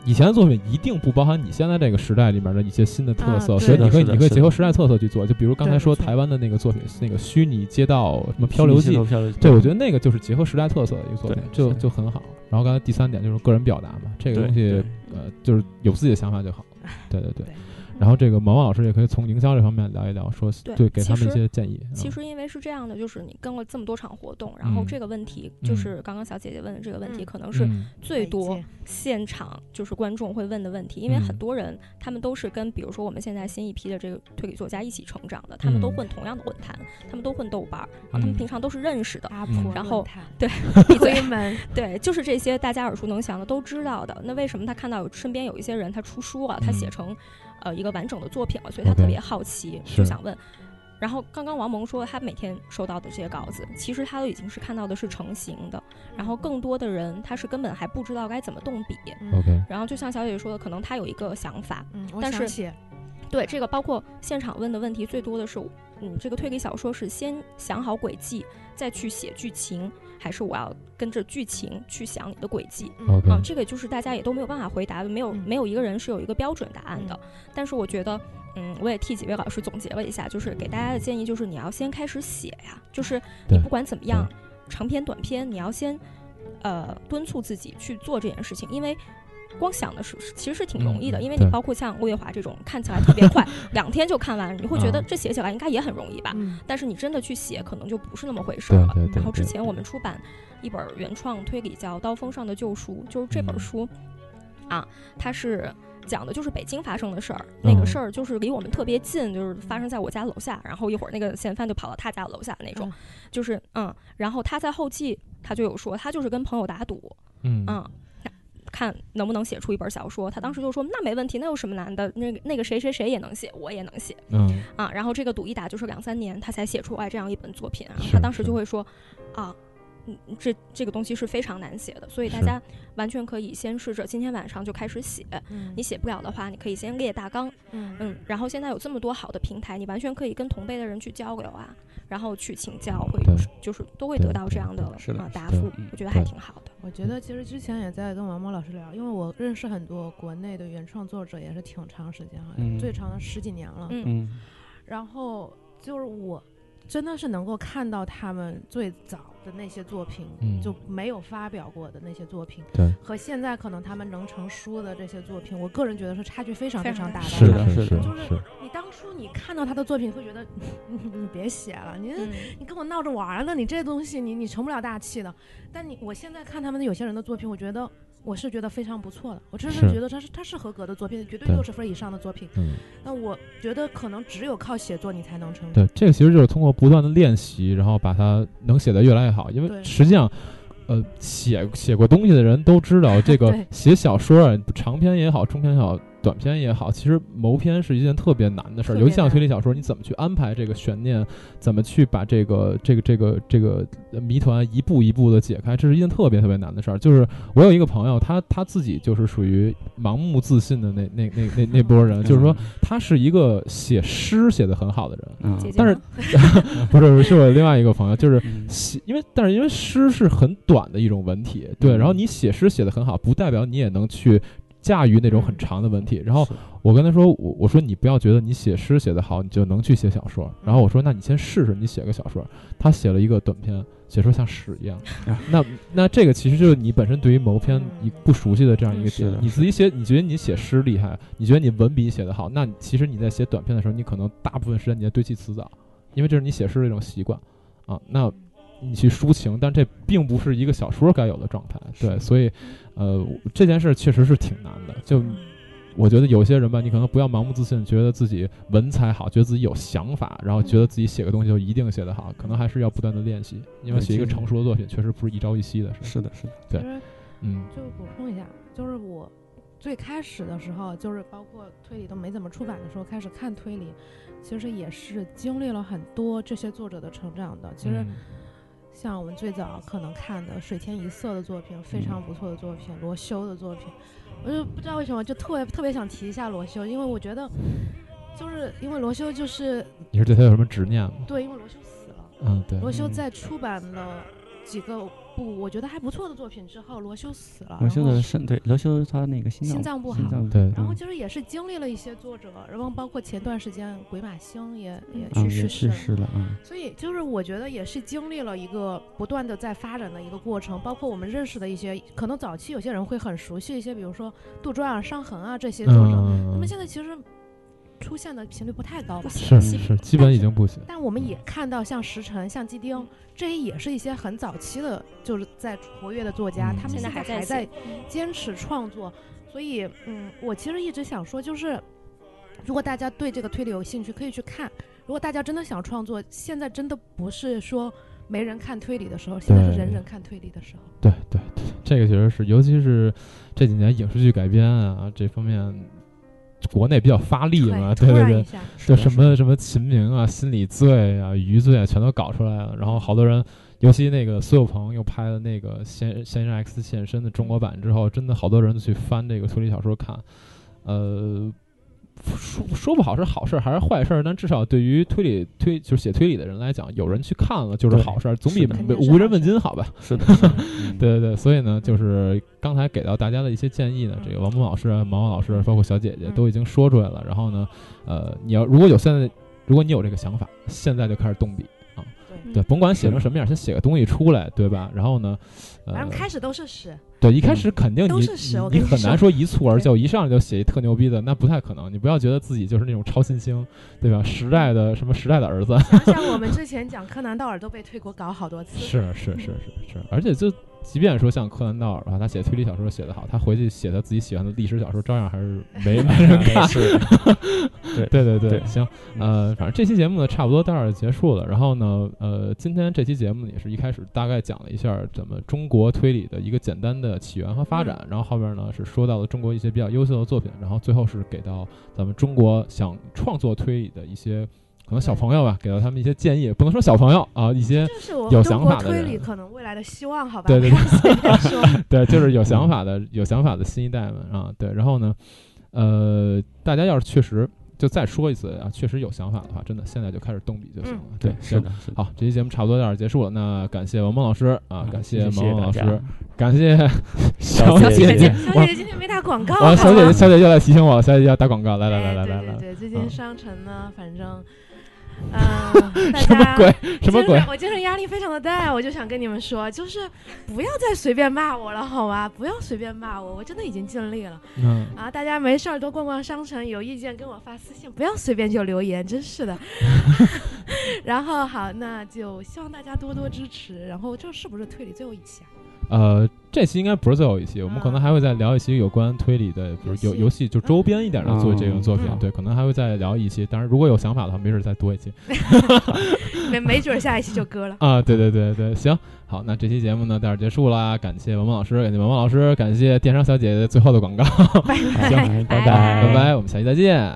以前的作品一定不包含你现在这个时代里面的一些新的特啊色，对所以你可以是的你可以是的结合时代特色去做。就比如刚才对说没错台湾的那个作品，那个虚拟街道什么漂流记，漂流记，对，我觉得那个就是结合时代特色的一个作品，对就是就很好。然后刚才第三点就是个人表达嘛，这个对东西对呃，就是有自己的想法就好。对对对对。然后这个毛毛老师也可以从营销这方面聊一聊，说对给他其们一实些建议。其嗯实因为是这样的，就是你跟了这么多场活动，然后嗯这个问题就嗯是刚刚小姐姐问的这个问题，嗯可能是嗯最媒多介现场就是观众会问的问题，因为嗯很多人他们都是跟比如说我们现在新一批的这个推理作家一起成长的，他们都嗯混同样的论坛，他们都混豆瓣儿，然后他们嗯平常都是 [laughs] 认识的，阿嗯婆然论后坛对闭嘴闺门，对，就是这些大家耳熟能详的都知道的。那为什么他看到有身边有一些人他出书了，他写嗯成呃一个完整的作品了，所以他 OK 特别好奇，是就想问。然后刚刚王蒙说他每天收到的这些稿子，其实他都已经是看到的是成型的，然后更多的人他是根本还不知道该怎么动笔。嗯 OK，然后就像小姐姐说的，可能他有一个想法，嗯，我但想是写对这个包括现场问的问题最多的是，嗯，这个推理小说是先想好轨迹，再去写剧情，还是我要跟着剧情去想你的轨迹？嗯 OK 啊，这个就是大家也都没有办法回答的，没有、嗯没有一个人是有一个标准答案的。但是我觉得，嗯，我也替几位老师总结了一下，就是给大家的建议就是你要先开始写呀，就是你对不管怎么样，长篇短篇，你要先呃敦促自己去做这件事情，因为。光想的是，其实是挺容易的，嗯因为你对包括像陆月华这种看起来特别快， [laughs] 两天就看完，你会觉得啊这写起来应该也很容易吧？嗯但是你真的去写，可能就不是那么回事对儿了。对对。然后之对前我们出版一本原创推理叫《刀锋上的救赎》，就是这本嗯书、啊，它是讲的就是北京发生的事儿。那个嗯事儿就是离我们特别近，就是发生在我家楼下，然后一会儿那个嫌犯就跑到他家楼下那种，嗯就是嗯，然后他在后记他就有说，他就是跟朋友打赌，嗯嗯。看能不能写出一本小说，他当时就说那没问题，那有什么难的？那个那个谁谁谁也能写，我也能写。嗯啊，然后这个赌一打就是两三年，他才写出来这样一本作品啊。是他当时是就会说，啊，嗯，这这个东西是非常难写的，所以大是家完全可以先试着今天晚上就开始写。嗯你写不了的话，你可以先列大纲，嗯嗯，然后现在有这么多好的平台，你完全可以跟同辈的人去交流啊，然后去请教，会对就是都会对得到这对样的对是的啊答是的复嗯，我觉得还对挺好的。我觉得其实之前也在跟王蒙老师聊，因为我认识很多国内的原创作者，也是挺长时间，好像、嗯最长的十几年了。嗯嗯，然后就是我真的是能够看到他们最早的那些作品，嗯就没有发表过的那些作品，对，和现在可能他们能成书的这些作品，我个人觉得是差距非常非非常常大大的。是的是是是就是你当初你看到他的作品，会觉得你别写了，你、嗯，你跟我闹着玩儿呢，你这东西你你成不了大器的。但你我现在看他们的有些人的作品，我觉得我是觉得非常不错的，我真是是觉得他是他是合格的作品，绝对对六十分以上的作品。嗯，那我觉得可能只有靠写作你才能成长。对，这个其实就是通过不断的练习，然后把它能写得越来越好。因为对实际上，呃，写写过东西的人都知 [laughs] 道，这个对写小说啊，长篇也好，中篇也好，短篇也好，其实谋篇是一件特别难的事儿，特别尤其像难推理小说，你怎么去安排这个悬念，怎么去把这个这个这个这个呃谜团一步一步的解开，这是一件特别特别难的事儿。就是我有一个朋友，他他自己就是属于盲目自信的那那那那那波嗯嗯人，就是说他是一个写诗写得很好的人。嗯，姐姐但是呢 [laughs] 不是，是我另外一个朋友，就是嗯写，因为但是因为诗是很短的一种文体，对，嗯然后你写诗写得很好，不代表你也能去驾驭那种很长的文体。然后我跟他说，我我说你不要觉得你写诗写得好，你就能去写小说。然后我说，那你先试试，你写个小说。他写了一个短篇，写出像屎一样。啊那那这个其实就是你本身对于某篇嗯你不熟悉的这样一个嗯是点，的你是自己写，你觉得你写诗厉害，你觉得你文笔写得好，那你其实你在写短篇的时候，你可能大部分时间你在堆砌词藻，因为这是你写诗的一种习惯啊。那你去抒情，但这并不是一个小说该有的状态。对，是所以呃，这件事确实是挺难的。就嗯我觉得有些人吧，你可能不要盲目自信，觉得自己文采好，觉得自己有想法，然后觉得自己写个东西就一定写得好，可能还是要不断的练习，因为对写一个其实成熟的作品确实不是一朝一夕的事。是的，是的，对其实嗯就补充一下，就是我最开始的时候，就是包括推理都没怎么出版的时候，开始看推理，其实也是经历了很多这些作者的成长的。其实嗯像我们最早可能看的水天一色的作品，非常不错的作品，罗修的作品，我就不知道为什么就特别特别想提一下罗修，因为我觉得就是因为罗修就是你是对他有什么执念吗？对，因为罗修死了。嗯，对，罗修嗯在出版了几个部我觉得还不错的作品之后，罗修死了，罗啊然修后的肾对罗修他那个心心脏脏不心好脏对然后嗯其实也是经历了一些作者，然后包括前段时间鬼马星也也啊去也世世去了，世了啊，所以就是我觉得也是经历了一个不断的在发展的一个过程，包括我们认识的一些，可能早期有些人会很熟悉一些，比如说杜撰啊、伤痕啊这些作者，那嗯么，现在其实出现的频率不太高吧不。是行，是西是，基本已经不行。但我们也看到，像石沉、像基丁，这些也是一些很早期的，就是在活跃的作家，嗯他们现在还还在在写嗯坚持创作。所以，嗯，我其实一直想说，就是如果大家对这个推理有兴趣，可以去看。如果大家真的想创作，现在真的不是说没人看推理的时候，现在是人人看推理的时候。对对对，这个确实是，尤其是这几年影视剧改编啊这方面，国内比较发力嘛，对啊对突然一对，下，就是的什是么什么秦明啊、心理罪啊、余罪啊，全都搞出来了。然后好多人，尤其那个苏有朋又拍了那个《嫌嫌疑人 X 现身》的中国版之后，真的好多人去翻这个推理小说看，呃。说说不好是好事儿还是坏事儿，但至少对于推理推就是写推理的人来讲，有人去看了就是对好事儿，总比是的肯定是无人好问事津好吧？是 [laughs] 的，是的嗯对对对，所以呢，就是刚才给到大家的一些建议呢，嗯这个王蒙老师、啊、毛毛老师，包括小姐姐嗯都已经说出来了。然后呢，呃，你要如果有现在，如果你有这个想法，现在就开始动笔嗯啊， [laughs] 对对，甭管写成什么样，先写个东西出来，对吧？然后呢，反呃正，开始都是屎，对，一开始肯定都你是屎我你跟你你很难说一蹴而对就，一上来就写一特牛逼的，那不太可能。你不要觉得自己就是那种超新星，对吧？时代的什么时代的儿子，想想我们之前讲柯南道尔都被推过稿好 [laughs] 多次，是是是是是，而且就即便说像柯南道尔啊，他写推理小说写得好，他回去写他自己喜欢的历史小说，照样还嗯是没没 [laughs] 人看。是，对对对，对行，呃，反正这期节目呢，差不多到这儿就结束了。然后呢，呃，今天这期节目呢也是一开始大概讲了一下咱们中国推理的一个简单的起源和发展，然后后边呢是说到了中国一些比较优秀的作品，然后最后是给到咱们中国想创作推理的一些可能小对朋友吧，给到他们一些建议，不能说小朋友啊，一些就是我有们中想国法的推人理可能未来的希望，好吧？对对对随便 [laughs] 说，对，就是有嗯想法的、有想法的新一代们啊，对。然后呢，呃，大家要是确实就再说一次啊，确实有想法的话，真的现在就开始动笔就行了。对对，，嗯是行。的，是的。好，这期节目差不多到这儿结束了。那感谢王梦老师啊，感嗯谢毛毛大老家师，感 [laughs] 谢小小姐姐姐小姐姐今天没打广告，啊，小姐好姐，吗小姐姐又来提醒我了，小姐姐要打广告，来来嗯来哎来对来对来，对，最嗯近商城呢，反正 [laughs] 嗯，大什么家。鬼？什么精鬼神？我精神压力非常的大，我就想跟你们说，就是不要再随便骂我了，好吗？不要随便骂我，我真的已经尽力了嗯，啊！大家没事儿多逛逛商城，有意见跟我发私信，不要随便就留言，真是 [laughs] 的。 [laughs] 然后好，那就希望大家多多支持。然后这是不是推理最后一期啊？呃，这期应该不是最后一期，我们可能还会再聊一期有关推理的，比如有游戏游戏就周边一点的做这种作品嗯，对，可能还会再聊一期。当然，如果有想法的话，没准再多一期。。没没准儿下一期就割了啊，对对对对，行，好，那这期节目呢到这儿结束啦，感谢文文老师，感谢文文老师，感谢电商小姐姐最后的广告，拜拜。 [laughs] 行，拜拜拜拜，我们下期再见。